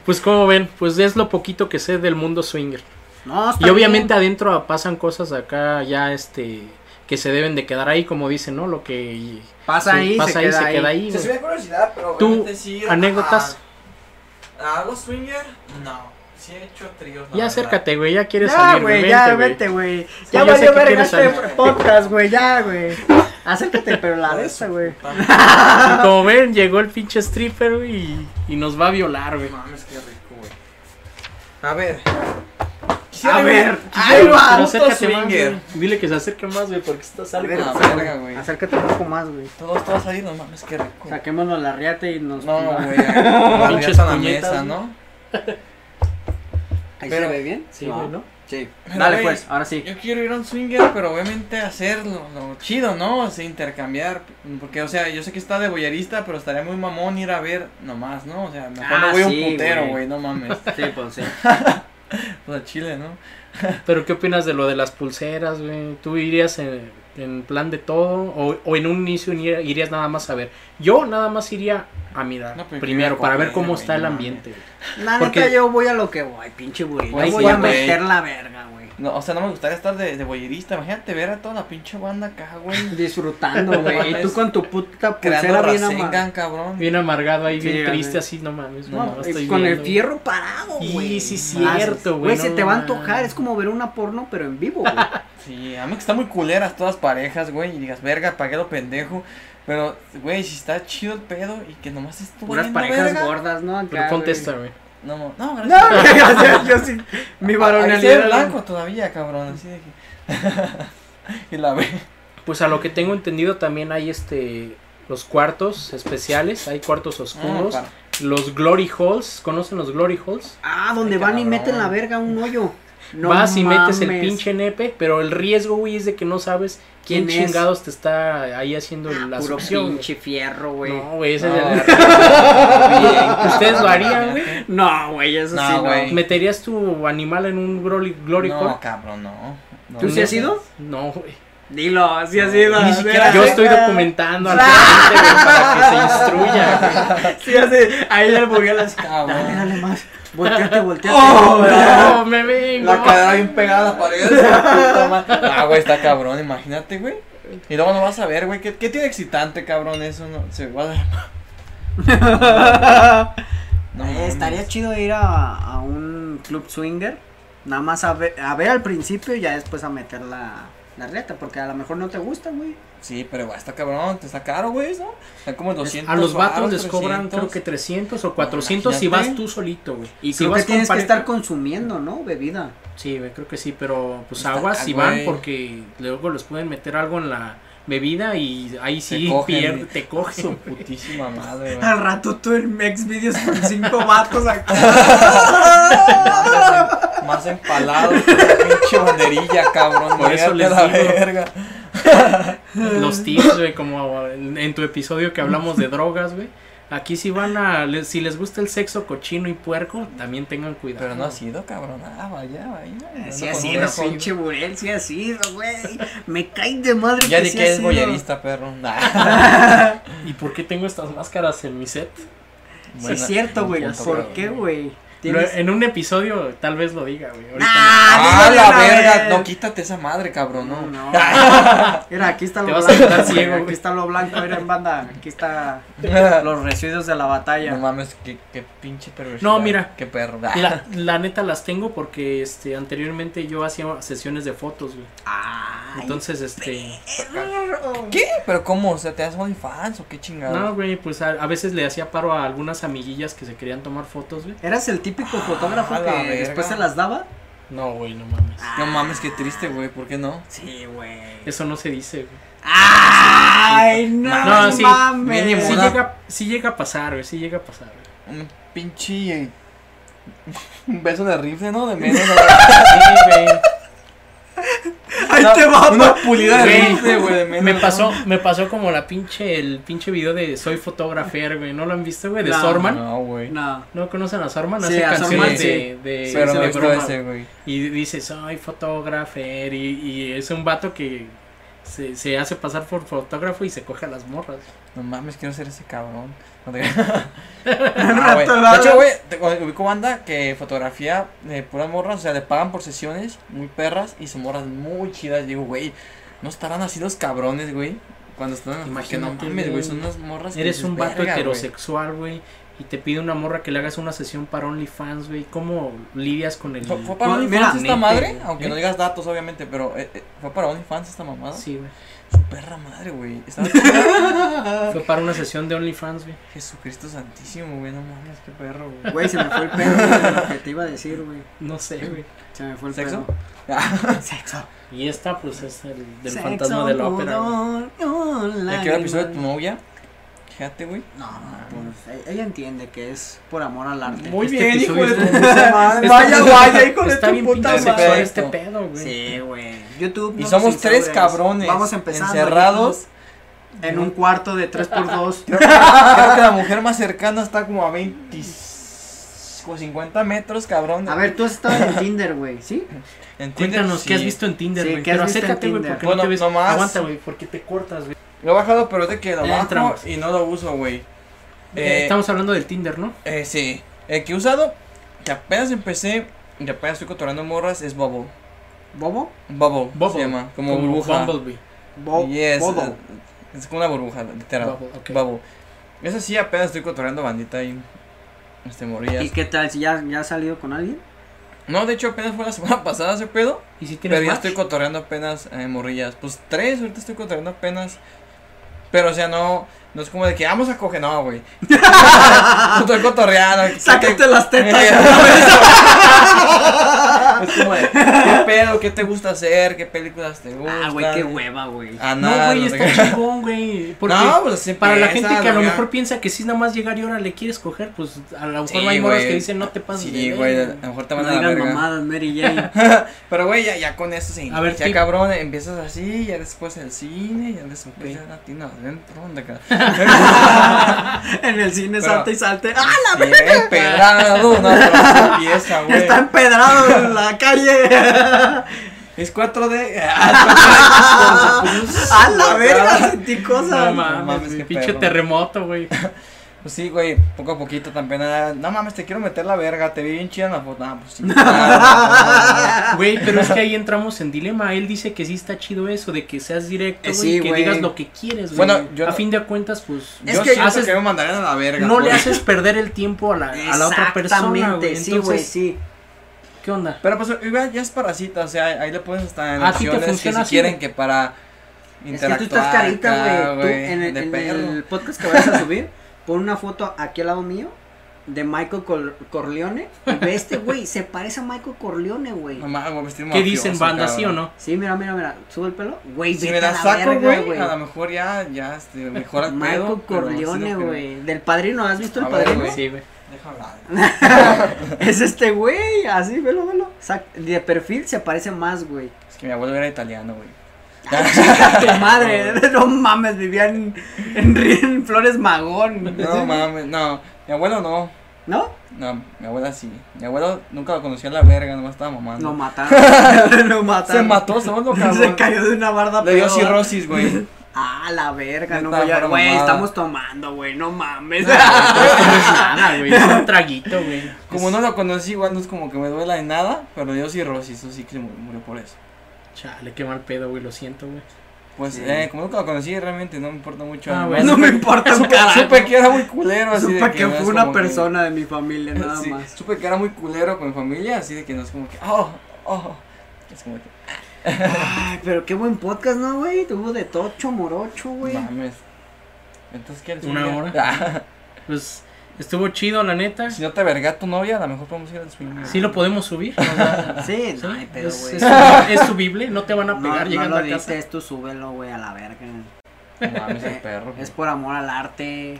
Pues como ven, pues es lo poquito que sé del mundo swinger.
No, está
Y obviamente
bien.
adentro pasan cosas acá ya este que se deben de quedar ahí, como dicen, ¿no? Lo que
pasa
se-
ahí, se, queda ahí.
ahí.
Se
güey.
sube curiosidad, pero.
Tú,
obviamente-
Obviamente sí,
anécdotas.
ah, ¿Hago swinger? No. Sí he hecho tríos.
Ya
la verdad.
acércate, güey, ya quieres
Ya,
salir,
güey,
vente,
ya,
güey.
vete, güey.
ya
Ya
sé
valió
que
verga
quieres
este
salir.
podcast, güey, ya, güey. Acércate, pero la de esa, güey.
Y como ven, llegó el pinche stripper, güey, y, y nos va a violar, güey.
No mames, qué rico, güey. A ver.
A ver, ahí
Ay,
Pero
va.
va, puto
acércate más,
swinger.
güey. Dile que se acerque más, güey, porque está
A ver,
saliendo.
la
acércate,
verga, güey.
Acércate un poco más, güey.
Todo está salido, no mames, qué rico.
Saquémonos la riata y nos.
No, güey. la
Pinches
riata a la
puñetas,
mesa,
¿no?
¿no?
Ahí
Pero-
se ve bien.
Sí, güey, ¿no?
Sí.
Pero,
Dale,
güey,
pues, ahora sí.
Yo quiero ir a un swinger, pero obviamente hacerlo, lo chido, ¿no? O sea, intercambiar, porque, o sea, yo sé que está de boyerista, pero estaría muy mamón ir a ver nomás, ¿no? O sea, mejor
Ah,
no voy a
sí,
un putero,
güey.
güey, no mames.
Sí, pues sí.
O sea, chile, ¿no?
Pero ¿qué opinas de lo de las pulseras, güey? ¿Tú irías en, en plan de todo? ¿O, o en un inicio ir- irías nada más a ver? Yo nada más iría a mirar
No, pues,
primero
primero
para ver
comer,
cómo
güey,
está
no
el
mames.
ambiente. güey.
La
Porque-
neta, yo voy a lo que voy, pinche güey.
Pues
Yo voy a
sí, güey.
meter la verga, güey.
No, O sea, no me gustaría estar de, de boyerista, imagínate ver a toda la pinche banda acá, güey.
Disfrutando, güey. Y tú con tu puta
Creando
pulsera bien amarrada.
Rasengan, cabrón.
Bien amargado ahí,
Sí,
bien
a
triste
ver.
así, no mames.
No,
No,
no,
no,
Con
estoy
el
viendo, güey.
fierro parado,
Y
güey.
sí,
Madres.
cierto, güey,
Güey,
no
se te va a
mames.
antojar. Es como ver una porno, pero en vivo, güey.
Sí, a mí que están muy culeras todas parejas, güey, y digas, verga, pagué lo pendejo. Pero, güey, si está chido el pedo y que nomás estuvo
Unas parejas gordas, ¿no? Acá,
Pero
güey.
contesta, güey.
No, mo- no,
No,
gracias.
güey, o sea, yo sí. Mi
Ahí se ve
varonalidad.
blanco todavía, cabrón, así de que- y la ve.
Pues a lo que tengo entendido también hay este los cuartos especiales, hay cuartos oscuros,
Ah,
los glory halls, ¿conocen los glory halls?
Ah, donde
Ay,
van y
cabrón.
meten la verga a un hoyo. No
Vas y metes el
mames.
pinche nepe, pero el riesgo, güey, es de que no sabes quién,
¿Quién es?
chingados te está ahí haciendo
Ah,
la
Puro
succión. güey.
pinche fierro, güey.
No, güey, ese
No.
es el. Ustedes lo harían, güey.
No, güey, eso
No,
sí,
güey.
¿Meterías tu animal en un Glory, glory
No,
Hole?
cabrón, no. No,
¿Tú sí
no.
has ido?
No, güey.
Dilo, así ha sido.
Ni siquiera
Yo
sé,
estoy documentando al cliente, güey, para que se instruya. güey.
Sí, así. Ahí le movió las. Dale,
Cabrón.
dale más. Oh, Volteate, volteate.
No, me vengo.
La cadera bien pegada a la pared. puta madre. Ah, güey, está cabrón, imagínate, güey. Y luego no vas a ver, güey. ¿Qué, qué tiene excitante, cabrón? Eso no. Se va a dar. No,
Eh,
mames.
estaría chido ir a, a un club swinger. Nada más a ver, a ver al principio y ya después a meter la, La reta, porque a lo mejor no te gusta, güey.
Sí, pero va, está cabrón, te está caro, güey, eso. Está como 200.
A los vatos
varos,
les cobran
300.
creo que 300 o 400 si
imagínate.
vas tú solito, güey.
Y
si
creo
vas
que
con
tienes que
pareja-
estar consumiendo, ¿no? Bebida.
Sí, güey, creo que sí, pero pues
Está-
aguas
ah,
si van
güey.
porque luego les pueden meter algo en la bebida y ahí sí
cogen,
pierde,
güey.
te
Su
cogen.
putísima madre, güey.
Al rato tú en Mex Videos con cinco vatos acá.
Más em- Más empalado que una pinche banderilla, cabrón.
Por eso
vete
les
a la
digo.
verga.
Los tips, güey, como en en tu episodio que hablamos de drogas, güey. Aquí si van a, le- si les gusta el sexo cochino y puerco, también tengan cuidado.
Pero no ha sido, cabrón. Ah, vaya, vaya.
Eh, Sí
Ando
ha
con
sido,
hueso.
pinche Burel, sí ha sido, güey. Me cae de madre
Ya
que
di
sí
que
ha
es
sido.
boyerista, perro. Nah.
¿Y por qué tengo estas máscaras en mi set?
Sí,
Buena-
es cierto,
buen
güey.
punto,
¿Por
cabrón.
qué, güey?
Lo-
Tienes-
en un episodio tal vez lo diga, güey. ahorita
Nah,
Ah,
dímelo
la
una
verga.
vez.
No, quítate esa madre, cabrón. No.
No, no. Mira, aquí está
Te
lo
vas a
blanco.
quedar ciego,
aquí
güey.
está lo blanco, mira en banda. Aquí está los residuos de la
No
batalla.
mames, qué, qué pinche perversidad.
No, mira.
Qué perro.
no. La, la neta las tengo porque este anteriormente yo hacía sesiones de fotos, güey.
Ay,
Entonces, este.
perro.
¿Qué? ¿Pero cómo? O sea, ¿te das OnlyFans o qué chingado?
No, güey, pues a, a veces le hacía paro a algunas amiguillas que se querían tomar fotos, güey.
¿Eras el típico fotógrafo
Ah,
que
la verga.
después se las daba?
No, güey, no mames.
No mames, qué triste, güey. ¿Por qué no?
Sí, güey.
Eso no se dice, güey.
Ay, no,
No, sí,
mames.
mínimo
Sí
Una-
llega, sí llega a pasar, güey, sí llega a pasar, güey.
Un pinche. eh, Un beso de rifle, ¿no? De menos.
Sí,
Ahí te va.
Una pulida de
Güey,
rifle, güey. De
güey.
menos.
Me
¿no?
pasó, me pasó como la pinche, el pinche video de Soy Fotografer, güey. ¿No lo han visto, güey? De
No.
Sorman. No.
No, güey.
No.
conocen a Sorman?
Sí,
Hace
a
canciones
Sorman,
de,
sí.
de-
Pero
de
no
broma,
es ese, güey.
Y dice, soy fotógrafer. Y, y es un vato que se, se hace pasar por fotógrafo y se coge a las morras.
No mames, quiero ser ese cabrón. No te- Ah,
rato
güey.
nada.
De hecho, güey, te- güey, ubico banda que fotografía de puras morras, o sea, le pagan por sesiones muy perras y son morras muy chidas. Digo, güey, no estarán así los cabrones, güey. Cuando están en que no
Imagínate,
mames,
güey.
güey, son unas morras. que
Eres
dices,
un vato
"Verga, güey".
heterosexual, güey. Y te pide una morra que le hagas una sesión para OnlyFans, güey. ¿Cómo lidias con el.
¿Fue, fue para
Mira,
Pues,
OnlyFans esta
neta,
madre?
güey.
Aunque
¿Eh?
no digas datos, obviamente, pero eh, eh, ¿fue para OnlyFans esta mamada?
Sí, güey.
Su perra madre, güey. Estaba-
Fue para una sesión de OnlyFans, güey.
Jesucristo Santísimo, güey, no mames, qué perro, güey.
Güey, se me fue el pedo güey, de lo que te iba a decir, güey.
No sé, güey.
Se me fue el
¿Sexo?
pedo.
Ah,
Sexo.
Y esta, pues, es el del
Sexo,
fantasma de la ópera. güey.
pudor, no,
Ya quiero el episodio de tu
lágrimas.
novia. Fíjate, güey.
No, no, pues, ella entiende que es por amor al arte.
Muy
Este
bien, hijo
episodio
de
es
tu-
de-
Está-
vaya, vaya, hijo de
Está
tu
bien
puta
pinche
madre.
sexual este pedo, güey.
Sí, güey. YouTube.
Y
no
somos
nos
pues, tres
censura.
cabrones.
Vamos empezando.
Encerrados.
aquí En un cuarto de 3x2.
Creo que, creo que la mujer más cercana está como a 20 o 50 metros, cabrón.
A ver, tú has estado en Tinder, güey, ¿sí?
¿En Tinder?
Cuéntanos,
Sí.
¿qué has visto en Tinder,
Sí,
güey?
¿qué has
Pero
visto en
acércate, güey,
Tinder?
porque no
Bueno,
te ves.
nomás-
Aguanta, güey, porque te cortas, güey.
Lo he bajado, pero es de que lo
Ya
bajo
entramos.
y no lo uso, güey.
Eh,
Eh,
Estamos hablando del Tinder, ¿no?
eh, sí. El que he usado, que apenas empecé y apenas estoy cotorando morras, es Bubble.
¿Bobo?
Bubble,
Bubble.
se llama, como, burbuja.
Bumblebee.
Bo
Yes,
Bobo.
eh, es como una burbuja, literal.
Bubble, ok.
Bubble. Eso sí, apenas estoy cotorando bandita y este, morillas.
¿Y qué tal? ¿Si ya, ya has salido con alguien?
No, de hecho, apenas fue la semana pasada ese pedo.
¿Y si tienes
Pero ya
match?
estoy cotorreando apenas eh, morrillas. Pues tres, ahorita estoy cotorreando apenas. Pero, o sea, no, no es como de que vamos a coger, no, güey. estoy cotorreando.
Sácate las
es como de, ¿qué pedo? ¿Qué te gusta hacer? ¿Qué películas te gustan?
Ah, güey, qué hueva, güey.
Ah,
No,
nada,
güey,
sé
está
qué.
chingón, güey. Porque
No, pues, así
para la
empieza,
gente que a lo
verga.
mejor piensa que si es nada más llegar y ahora le quieres coger, pues a lo mejor
Sí,
hay morras
güey.
que dicen no te pases
Sí,
de
güey, a
verga".
lo mejor te
No
van a la
digas
verga.
mamadas, Mary Jane.
Pero, güey, ya, ya con eso se
A ver,
ya
tip.
cabrón, empiezas así, ya después el cine, ya después ya la tienda adentro, ¿dónde acá?
en el cine
Pero-
salta y salte. ¡Ah, la
Bien empedrado, no, pero así empieza, güey.
Está empedrado en la calle.
Es 4D.
¡A ¡Ah, la verga! Sentí
No
cosas.
mames,
No mames,
güey,
qué
pinche
perro.
terremoto, güey.
Pues sí, güey, poco a poquito también. ah, No mames, te quiero meter la verga, te vi bien chida en la foto. Ah, pues sí. claro,
Güey, pero es que ahí entramos en dilema. Él dice que sí está chido eso, de que seas directo,
Eh,
güey,
sí,
que
güey.
digas lo que quieres, güey.
Bueno, yo
a
no-
fin de cuentas, pues
Yo
que-
siento
haces-
que me mandarían a la verga.
no le
güey.
haces perder el tiempo a la, a la otra persona, güey.
Exactamente, sí, güey,
Entonces,
sí.
¿Qué onda?
Pero pues Uber ya es para cita, o sea, ahí le puedes hasta en
Ah, ¿a ti te
opciones que si
funciona así,
quieren
güey?
que para
Es que tú estás
interactuar
carita,
acá,
güey. Tú, en, el,
de
en
perro.
el podcast que vas a subir, pon una foto aquí al lado mío de Michael Cor- Corleone. Y ve este, güey, se parece a Michael Corleone, güey.
No mames, güey, vestir
¿Qué dicen
mafioso,
banda,
cabrón.
sí o no?
Sí, mira, mira, mira. Sube el pelo. Güey,
Si
vete
me
a
la
la
saco,
verga,
güey, a lo mejor ya, ya, este, mejora el
Michael
pedo, pero sí lo Ah,
Corleone,
creo.
güey. Del padrino, ¿has visto el
A ver,
padrino?
güey.
Sí, güey.
Deja hablar.
Es este güey, así, velo, velo. Sac- de perfil se parece más, güey.
Es que mi abuelo era italiano, güey.
Chica tu madre, no mames, vivía en, en Ri- en Flores Magón.
No mames, no, mi abuelo no.
¿No?
No, mi abuela sí. Mi abuelo nunca lo conoció a la verga, nomás estaba
Lo
mamando.
mataron. lo mataron.
Se mató solo,
Se
cabrón.
cayó de una barda
Le dio
peor.
cirrosis, güey.
Ah, la verga, no
Neta,
voy a.
fuera
Güey,
mamada.
estamos tomando, güey, no mames.
No es nada, güey. Es un traguito, güey.
Como no lo conocí, igual no es como que me duela de nada, pero le dio cirrosis, eso sí que se mu- murió por eso.
Chale, qué mal pedo, güey. Lo siento, güey.
Pues,
Sí.
eh, como nunca lo conocí, realmente no me importa mucho.
Ah,
Además,
bueno. Ah,
no me importa un
Supe,
carajo.
supe que era muy culero, así de
Supe que
no es
fue una
como que-
persona de mi familia, nada
Sí,
más.
Supe que era muy culero con mi familia, así de que no es como que, oh, oh. Es como que,
Ay, pero qué buen podcast, ¿no, güey? Tuvo de tocho, morocho, güey.
mames. Entonces, ¿qué? el
Una
swing?
hora.
Ah,
Pues estuvo chido, la neta.
si no te verga tu novia, a lo mejor podemos ir al swing.
Sí lo podemos subir. o sea,
Sí,
sí,
no hay pedo,
es,
güey.
es subi- es subible, no te van a
No,
pegar
no
llegando
lo
a casa.
diste, tú súbelo, güey, a la verga.
No mames, el perro.
Es por amor al arte.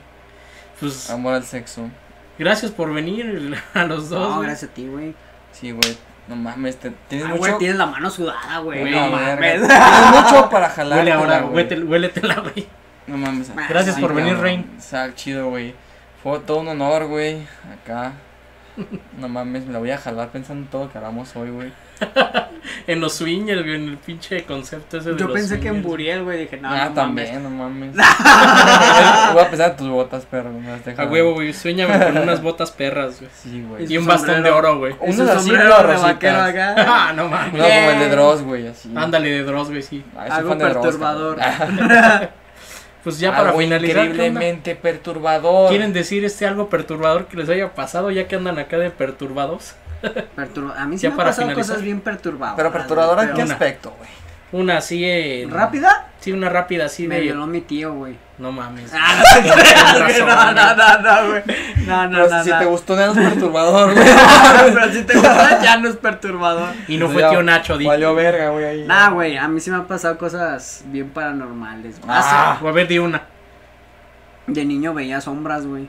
Pues
Ah.
Amor al sexo.
gracias por venir a los dos.
No,
güey.
gracias a ti, güey.
Sí, güey. No mames, te, tienes
Ay,
mucho.
Ah, güey, tienes la mano sudada, güey.
Ah, Güey,
No
la
mames.
verga. Tienes mucho para jalar.
Huele ahora, huétel- huéletela, güey.
No mames.
Gracias
Ah, Sí,
por venir,
cabrón.
Rein.
Está chido, güey. Fue todo un honor, güey. Acá. No mames, me la voy a jalar pensando en todo lo que hablamos hoy, güey.
En los swingers, güey, en el pinche concepto ese de
Yo
los
pensé que en
swingers.
Buriel, güey, dije, no,
ah,
no
también,
mames.
no mames. voy a pensar en tus botas, perro. Me las dejas.
A huevo, güey. Sueñame con unas botas perras, güey.
Sí, güey.
Y un
un
bastón de
sombrero.
oro, güey.
Es
Unos
un
así,
sombrero
pero
de
rositas.
vaquero acá.
Ah, no mames.
Uno como el de Dross, güey, así.
Ándale de Dross, güey, sí.
Ah, soy
Eh. Algo
fan de Dross,
perturbador.
cabrón.
Pues ya para
Algo
finalizar, ¿qué onda?
Increíblemente perturbador.
¿quieren decir este algo perturbador que les haya pasado ya que andan acá de perturbados?
Perturba- A mí sí
Ya
me han
para
pasado
finalizar.
cosas bien perturbadoras.
Pero perturbadora en
güey,
qué
una.
aspecto, güey.
Una así en...
pero- ¿Rápida?
Sí, una rápida así
Me
de...
violó mi tío, güey.
No mames.
Ah, no te creas, güey,
razón,
No, no, no, no, güey. No, no,
Pero
no.
Pues, si
no.
te gustó, no eres perturbador, güey.
Pero si te gusta, ya no es perturbador.
Y no
Pues
fue
ya,
tío Nacho, di.
Valió verga, güey, ahí.
Nah, güey, a mí sí me han pasado cosas bien paranormales. güey.
Ah.
O a ver, di una.
De niño veía sombras, güey.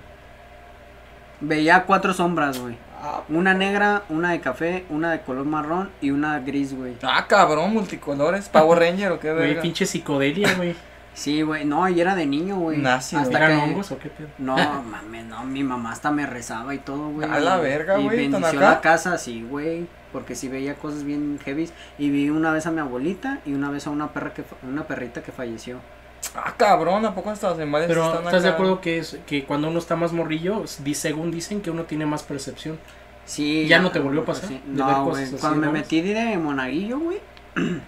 Veía cuatro sombras, güey.
Ah,
Una negra, una de café, una de color marrón y una gris, güey.
Ah, cabrón, multicolores, Power Ranger o qué
Güey,
verga.
pinche psicodelia, güey.
Sí, güey. No, y era de niño, güey.
Nazi, güey.
Hasta
¿Eran
que...
hongos o qué pedo?
No, mames, no. Mi mamá hasta me rezaba y todo, güey.
A la verga,
Y
güey, ¿tan
bendició
acá?
la casa, sí, güey. Porque sí veía cosas bien heavy. Y vi una vez a mi abuelita y una vez a una perra que fa- una perrita que falleció.
Ah, cabrón, ¿a poco estos animales
Pero,
están
¿estás de
acá?
acuerdo que es que cuando uno está más morrillo, di- según dicen que uno tiene más percepción?
Sí.
¿Ya no te volvió a pasar?
sí.
¿De ver cosas
No, güey.
así
Cuando me
raras?
metí de monaguillo, güey,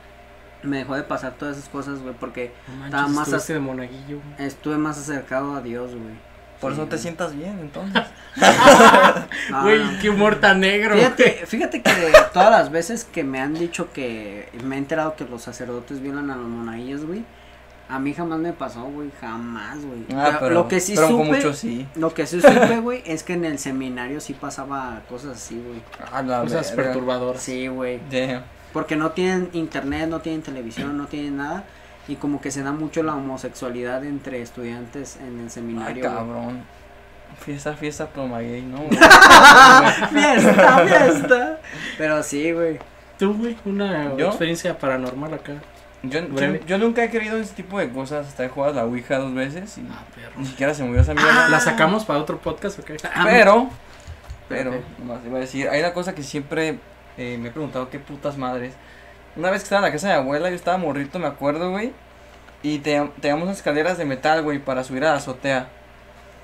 me dejó de pasar todas esas cosas, güey, porque
No
Estaba
manches,
más
estuviste de monaguillo, güey.
estuve más acercado a Dios, güey.
Por eso
Sí,
te
güey.
sientas bien, entonces.
No, no.
Güey, qué humor tan negro, güey.
Ah. Fíjate, fíjate que todas las veces que me han dicho que me he enterado que los sacerdotes violan a los monaguillos, güey, a mí jamás me pasó, güey, jamás, güey.
Ah, pero,
lo que sí
pero
supe,
con mucho sí.
lo que sí supe, güey, es que en el seminario sí pasaba cosas así, güey.
Ah, la
Cosas
verga.
perturbadoras.
Sí, güey.
Damn.
porque no tienen internet, no tienen televisión, no tienen nada y como que se da mucho la homosexualidad entre estudiantes en el
Ay,
seminario. güey.
Ah, cabrón. Fiesta, fiesta, ploma gay, ¿no? güey?
fiesta, fiesta. Pero sí, güey.
Tú, güey, una
¿Yo?
experiencia paranormal acá.
Yo, yo,
Breve.
yo nunca he creído en ese tipo de cosas. Hasta he jugado a la Ouija dos veces y
Ah, perro.
ni siquiera se movió esa mierda.
¿La sacamos para otro podcast o qué?
Ah,
Pero, pero,
Pero,
nomás iba a decir, hay una cosa que siempre eh, me he preguntado, qué putas madres. Una vez que estaba en la casa de mi abuela, yo estaba morrito, me acuerdo, güey. Y te- teníamos unas escaleras de metal, güey, para subir a la azotea.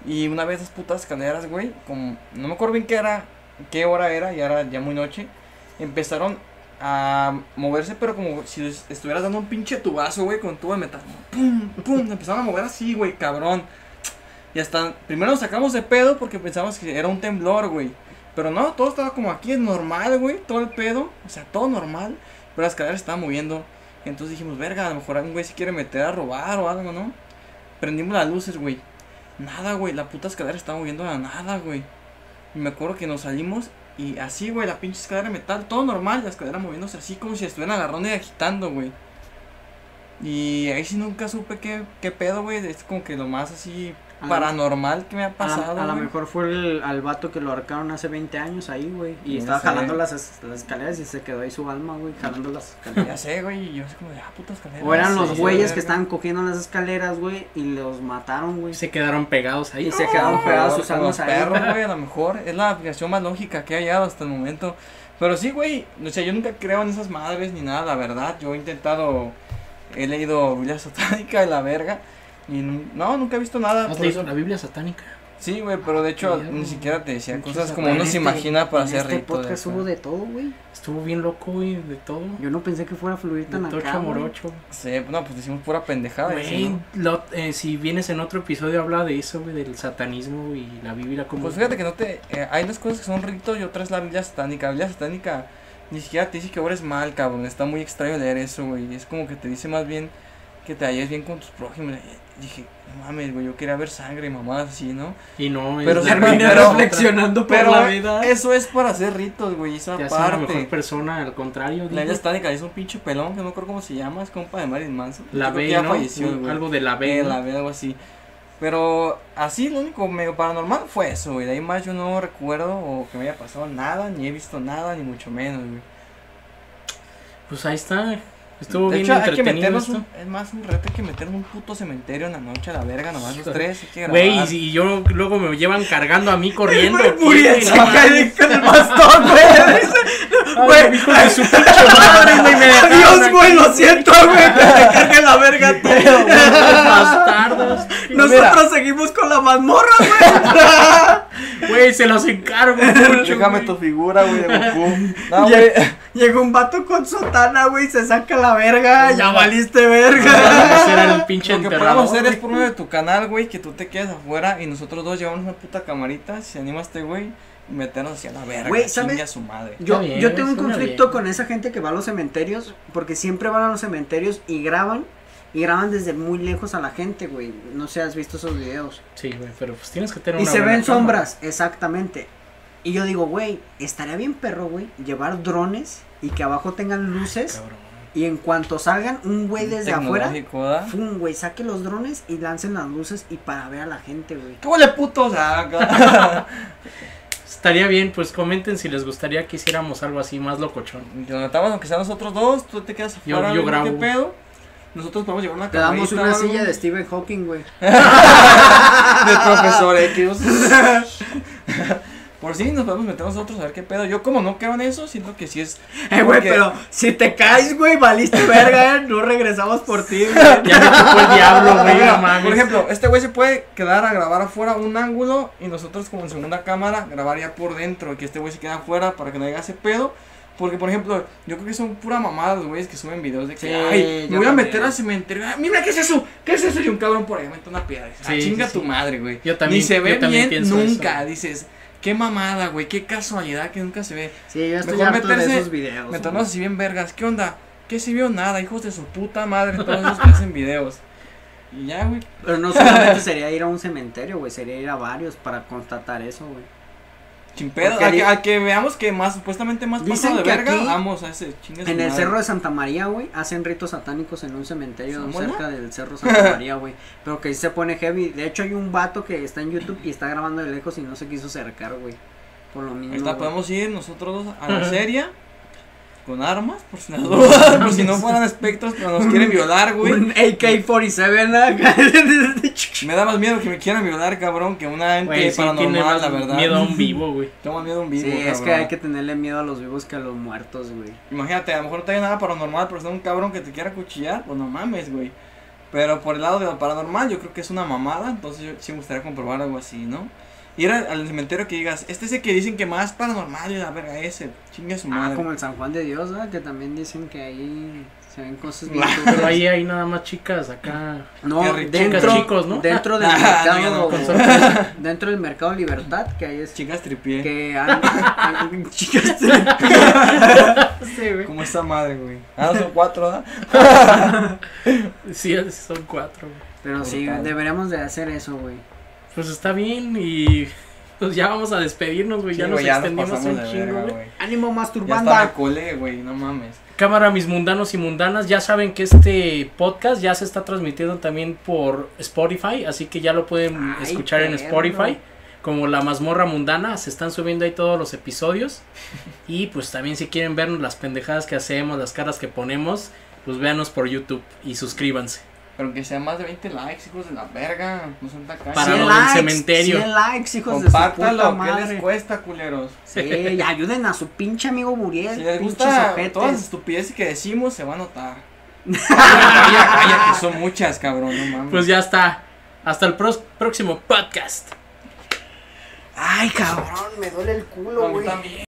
Y una vez esas putas escaleras, güey, como, no me acuerdo bien qué era, qué hora era, ya era ya muy noche. Empezaron a moverse, pero como si les estuvieras dando un pinche tubazo, güey, con tubo de metal. Pum, pum, empezaron a mover así, güey, cabrón. Y hasta primero nos sacamos de pedo porque pensamos que era un temblor, güey. Pero no, todo estaba como aquí, es normal, güey, todo el pedo, o sea, todo normal, pero las escaleras estaban moviendo. Entonces dijimos, verga, a lo mejor algún güey se quiere meter a robar o algo, ¿no? Prendimos las luces, güey. Nada, güey, la puta escalera estaba moviendo a nada, güey. Y me acuerdo que nos salimos y así, güey, la pinche escalera de metal, todo normal, la escalera moviéndose así como si estuvieran agarrando y agitando, güey. Y ahí sí nunca supe qué, qué pedo, güey, es como que lo más así
A lo-
paranormal que me ha
A la-
pasado,
a lo
güey.
mejor fue el, al vato que lo arcaron hace 20 años ahí, güey. Y
Ya
estaba
sé.
jalando las, es- las escaleras y se quedó ahí su alma, güey, jalando las
Ya
escaleras.
sé, güey, y yo así como de, ah, puta escalera.
o eran
sí,
los
sí,
güeyes que
verga.
estaban cogiendo las escaleras, güey, y los mataron, güey.
Se quedaron pegados ahí.
Y se quedaron pegados sus
Como
almas ahí.
perros, güey, a lo mejor. Es la aplicación más lógica que he hallado hasta el momento. Pero sí, güey, o sea, yo nunca creo en esas madres ni nada, la verdad. Yo he intentado, he leído Biblia satánica de la verga. Y nu- no, nunca he visto nada.
¿Has
por
leído
eso-
la Biblia satánica?
Sí, güey, pero de hecho
Mierda.
ni siquiera te decía
Pinche
cosas como
satán.
uno se imagina para
En
hacer
este
rito. de
podcast
eso.
hubo de todo, güey.
Estuvo bien loco, güey, de todo.
Yo no pensé que fuera a fluir tan
De
acá,
tocho
güey.
morocho.
Sí, no, pues decimos pura pendejada.
Güey,
decimos.
lo- eh, si vienes en otro episodio habla de eso, güey, del satanismo y la Biblia como...
Pues fíjate que no te. eh, hay unas cosas que son ritos y otras la Biblia satánica. La Biblia satánica ni siquiera te dice que obres mal, cabrón. Está muy extraño leer eso, güey. Es como que te dice más bien que te halles bien con tus prójimos. Y Dije, no mames, güey, yo quería ver sangre, mamadas así, ¿no?
Y no, es
Pero
la
se
Biblia.
terminé
reflexionando
Pero eso es para hacer ritos, güey. Esa
Te hace una mejor
parte.
persona, al contrario.
La
digo.
Biblia satánica es un pinche pelón que no me acuerdo cómo se llama. Es compa de Marilyn Manson.
La
Yo creo que
B,
ya
¿no?
falleció,
Un-
güey.
algo de la B.
Eh,
¿no?
la veo así. Pero así lo único medio paranormal fue eso, güey. De ahí más yo no recuerdo o que me haya pasado nada, ni he visto nada, ni mucho menos, güey.
Pues ahí está. Estuvo
de
bien
hecho, hay que
entretenido
meternos
esto.
un, es más un reto, hay que meternos un puto cementerio en la noche a la verga, nomás los tres, hay que grabar.
Güey, y, y yo luego me llevan cargando a mí corriendo.
Güey,
aquí,
muriendo
güey, no
acá
mames.
con el bastón, güey.
Ay,
güey.
hijo de su pinche madre, güey, me dejaron
Dios,
aquí,
güey, lo siento, güey. que Te cargue la verga todo.
güey, bastardos.
Nosotros seguimos con la mazmorra, güey.
Güey, se los encargo mucho.
Déjame
güey.
tu figura, güey, de Goku. No,
Ya-
güey.
Llegó un vato con sotana, güey, se saca la verga. Ya valiste verga.
Ese era el pinche
Lo que
enterrador.
podemos hacer es por medio de tu canal, güey, que tú te quedes afuera y nosotros dos llevamos una puta camarita, si animaste, güey, y meternos hacia la verga.
Güey, ¿sabes?
chingue a su madre.
Yo,
bien,
yo tengo un
suena
conflicto
bien.
con esa gente que va a los cementerios, porque siempre van a los cementerios y graban, y graban desde muy lejos a la gente, güey. No sé, has visto esos videos.
Sí, güey, pero pues tienes que tener
y
una
se
buena
ven
cámara.
sombras, exactamente. Y yo digo, güey, estaría bien perro, güey, llevar drones y que abajo tengan luces,
Cabrón.
y en cuanto salgan, un güey desde afuera,
Tecnológico, ¿da?
fum, güey, saque los drones y lancen las luces y para ver a la gente, güey.
¿Qué huele putos? Ah, ca-
Estaría bien, pues comenten si les gustaría que hiciéramos algo así más locochón.
Y Lo notamos aunque sea nosotros dos, tú te quedas
Yo-
afuera.
yo
viendo
grabo.
¿Qué pedo? Nosotros podemos llevar una
Te damos
camarita,
una
algo.
silla de Stephen Hawking, güey.
Del profesor X. Por si nos podemos meter nosotros a ver qué pedo. Yo como no creo en eso, siento que sí es...
Eh, güey,
Porque-
pero si te caes, güey, valiste verga, eh. No regresamos por ti, güey.
Ya me tocó el diablo, güey, no mames.
Por ejemplo, este güey se puede quedar a grabar afuera un ángulo y nosotros como en segunda cámara grabar ya por dentro y que este güey se queda afuera para que no haya ese pedo. Porque, por ejemplo, yo creo que son pura mamada los güeyes que suben videos de que,
Sí,
ay, me
yo
voy a
también.
meter al cementerio. Ah, mira, ¿qué es eso? ¿Qué es eso? Y un cabrón por ahí mete una piedra. y dices, "Ah,
Sí, sí,
chinga
sí.
tu madre, güey.
Yo también-
Ni se
yo
ve
también
bien
pienso
nunca.
eso.
Dices, qué mamada, güey. Qué casualidad que nunca se ve.
Sí, yo estoy
Mejor
harto
meterse-
de esos videos.
Meternos así bien vergas. ¿Qué onda? ¿Qué se vio? Nada, hijos de su puta madre. Todos esos que hacen videos. Y ya, güey.
güey. Pero no solamente sería ir a un cementerio, güey, sería ir a varios para constatar eso, güey.
Sin pedo,
Porque
a
di-
que, a que veamos que más, supuestamente más
Dicen
pasado de
que
verga,
aquí,
vamos a ese chingue su
En el
madre.
cerro de Santa María, güey, hacen ritos satánicos en un cementerio
¿Samona?
cerca del cerro Santa María, güey. Pero que sí se pone heavy. De hecho, hay un vato que está en YouTube y está grabando de lejos y no se quiso acercar, güey. Por lo mismo.
Ahí está,
güey.
podemos ir nosotros dos a la serie con armas, por si las dudas, por si no fueran espectros, pero nos quieren violar, güey.
Un AK-47 acá.
Me da más miedo que me quieran violar, cabrón, que una ente
Güey, sí, tiene
paranormal,
más
la verdad.
miedo a un vivo, güey.
Tengo más miedo a un vivo,
Sí, es que
cabrón.
hay que tenerle miedo a los vivos que a los muertos, güey.
Imagínate, a lo mejor no te haya nada paranormal, pero es un cabrón que te quiera cuchillar, pues no mames, güey. Pero por el lado de lo paranormal, yo creo que es una mamada, entonces yo sí me gustaría comprobar algo así, ¿no? Ir al, al cementerio que digas, este es el que dicen que más paranormal y la verga ese, chinga su
Ah,
madre.
como el San Juan de Dios, ¿verdad? Que también dicen que ahí Se ven cosas bien
Pero
turbias.
ahí hay nada más chicas acá.
No,
Qué rico,
dentro,
güey. Chicos, ¿no?
dentro del
Ah,
mercado,
no,
con
dentro del mercado Libertad, que ahí es
Chicas tripié.
que han- han- chicas, Sí, güey.
¿Cómo esa madre, güey? Ah, son cuatro, ¿ah?
Sí, son cuatro. güey.
Pero sí,
Brutal.
deberíamos de hacer eso, güey.
Pues está bien y pues ya vamos a despedirnos, güey. Pues Ya
Sí,
nos
güey,
extendimos
pasamos
un
de
chingo,
verga,
güey.
Ánimo
Ya hasta me
masturbanda.
colé, güey, no mames.
Cámara, mis mundanos y mundanas, ya saben que este podcast ya se está transmitiendo también por Spotify, así que ya lo pueden
Ay,
escuchar en
perro.
Spotify, como La Mazmorra Mundana, se están subiendo ahí todos los episodios. Y pues también si quieren vernos las pendejadas que hacemos, las caras que ponemos, pues véanos por YouTube y suscríbanse.
Pero que sean más de 20 likes, hijos de la verga. No son tan caros.
Para
Cien
lo del
likes,
cementerio.
cien likes, hijos de su puta
Compártalo, ¿qué les
madre.
cuesta, culeros?
Sí, y ayuden a su pinche amigo Buriel,
Si les
pinches
gusta
ojetes.
todas las estupideces que decimos, se va a notar. Vaya, vaya, que son muchas, cabrón, no mames.
Pues ya está. Hasta el pros- próximo podcast.
Ay, cabrón.
Cabrón, me duele el culo,
No,
güey.
también.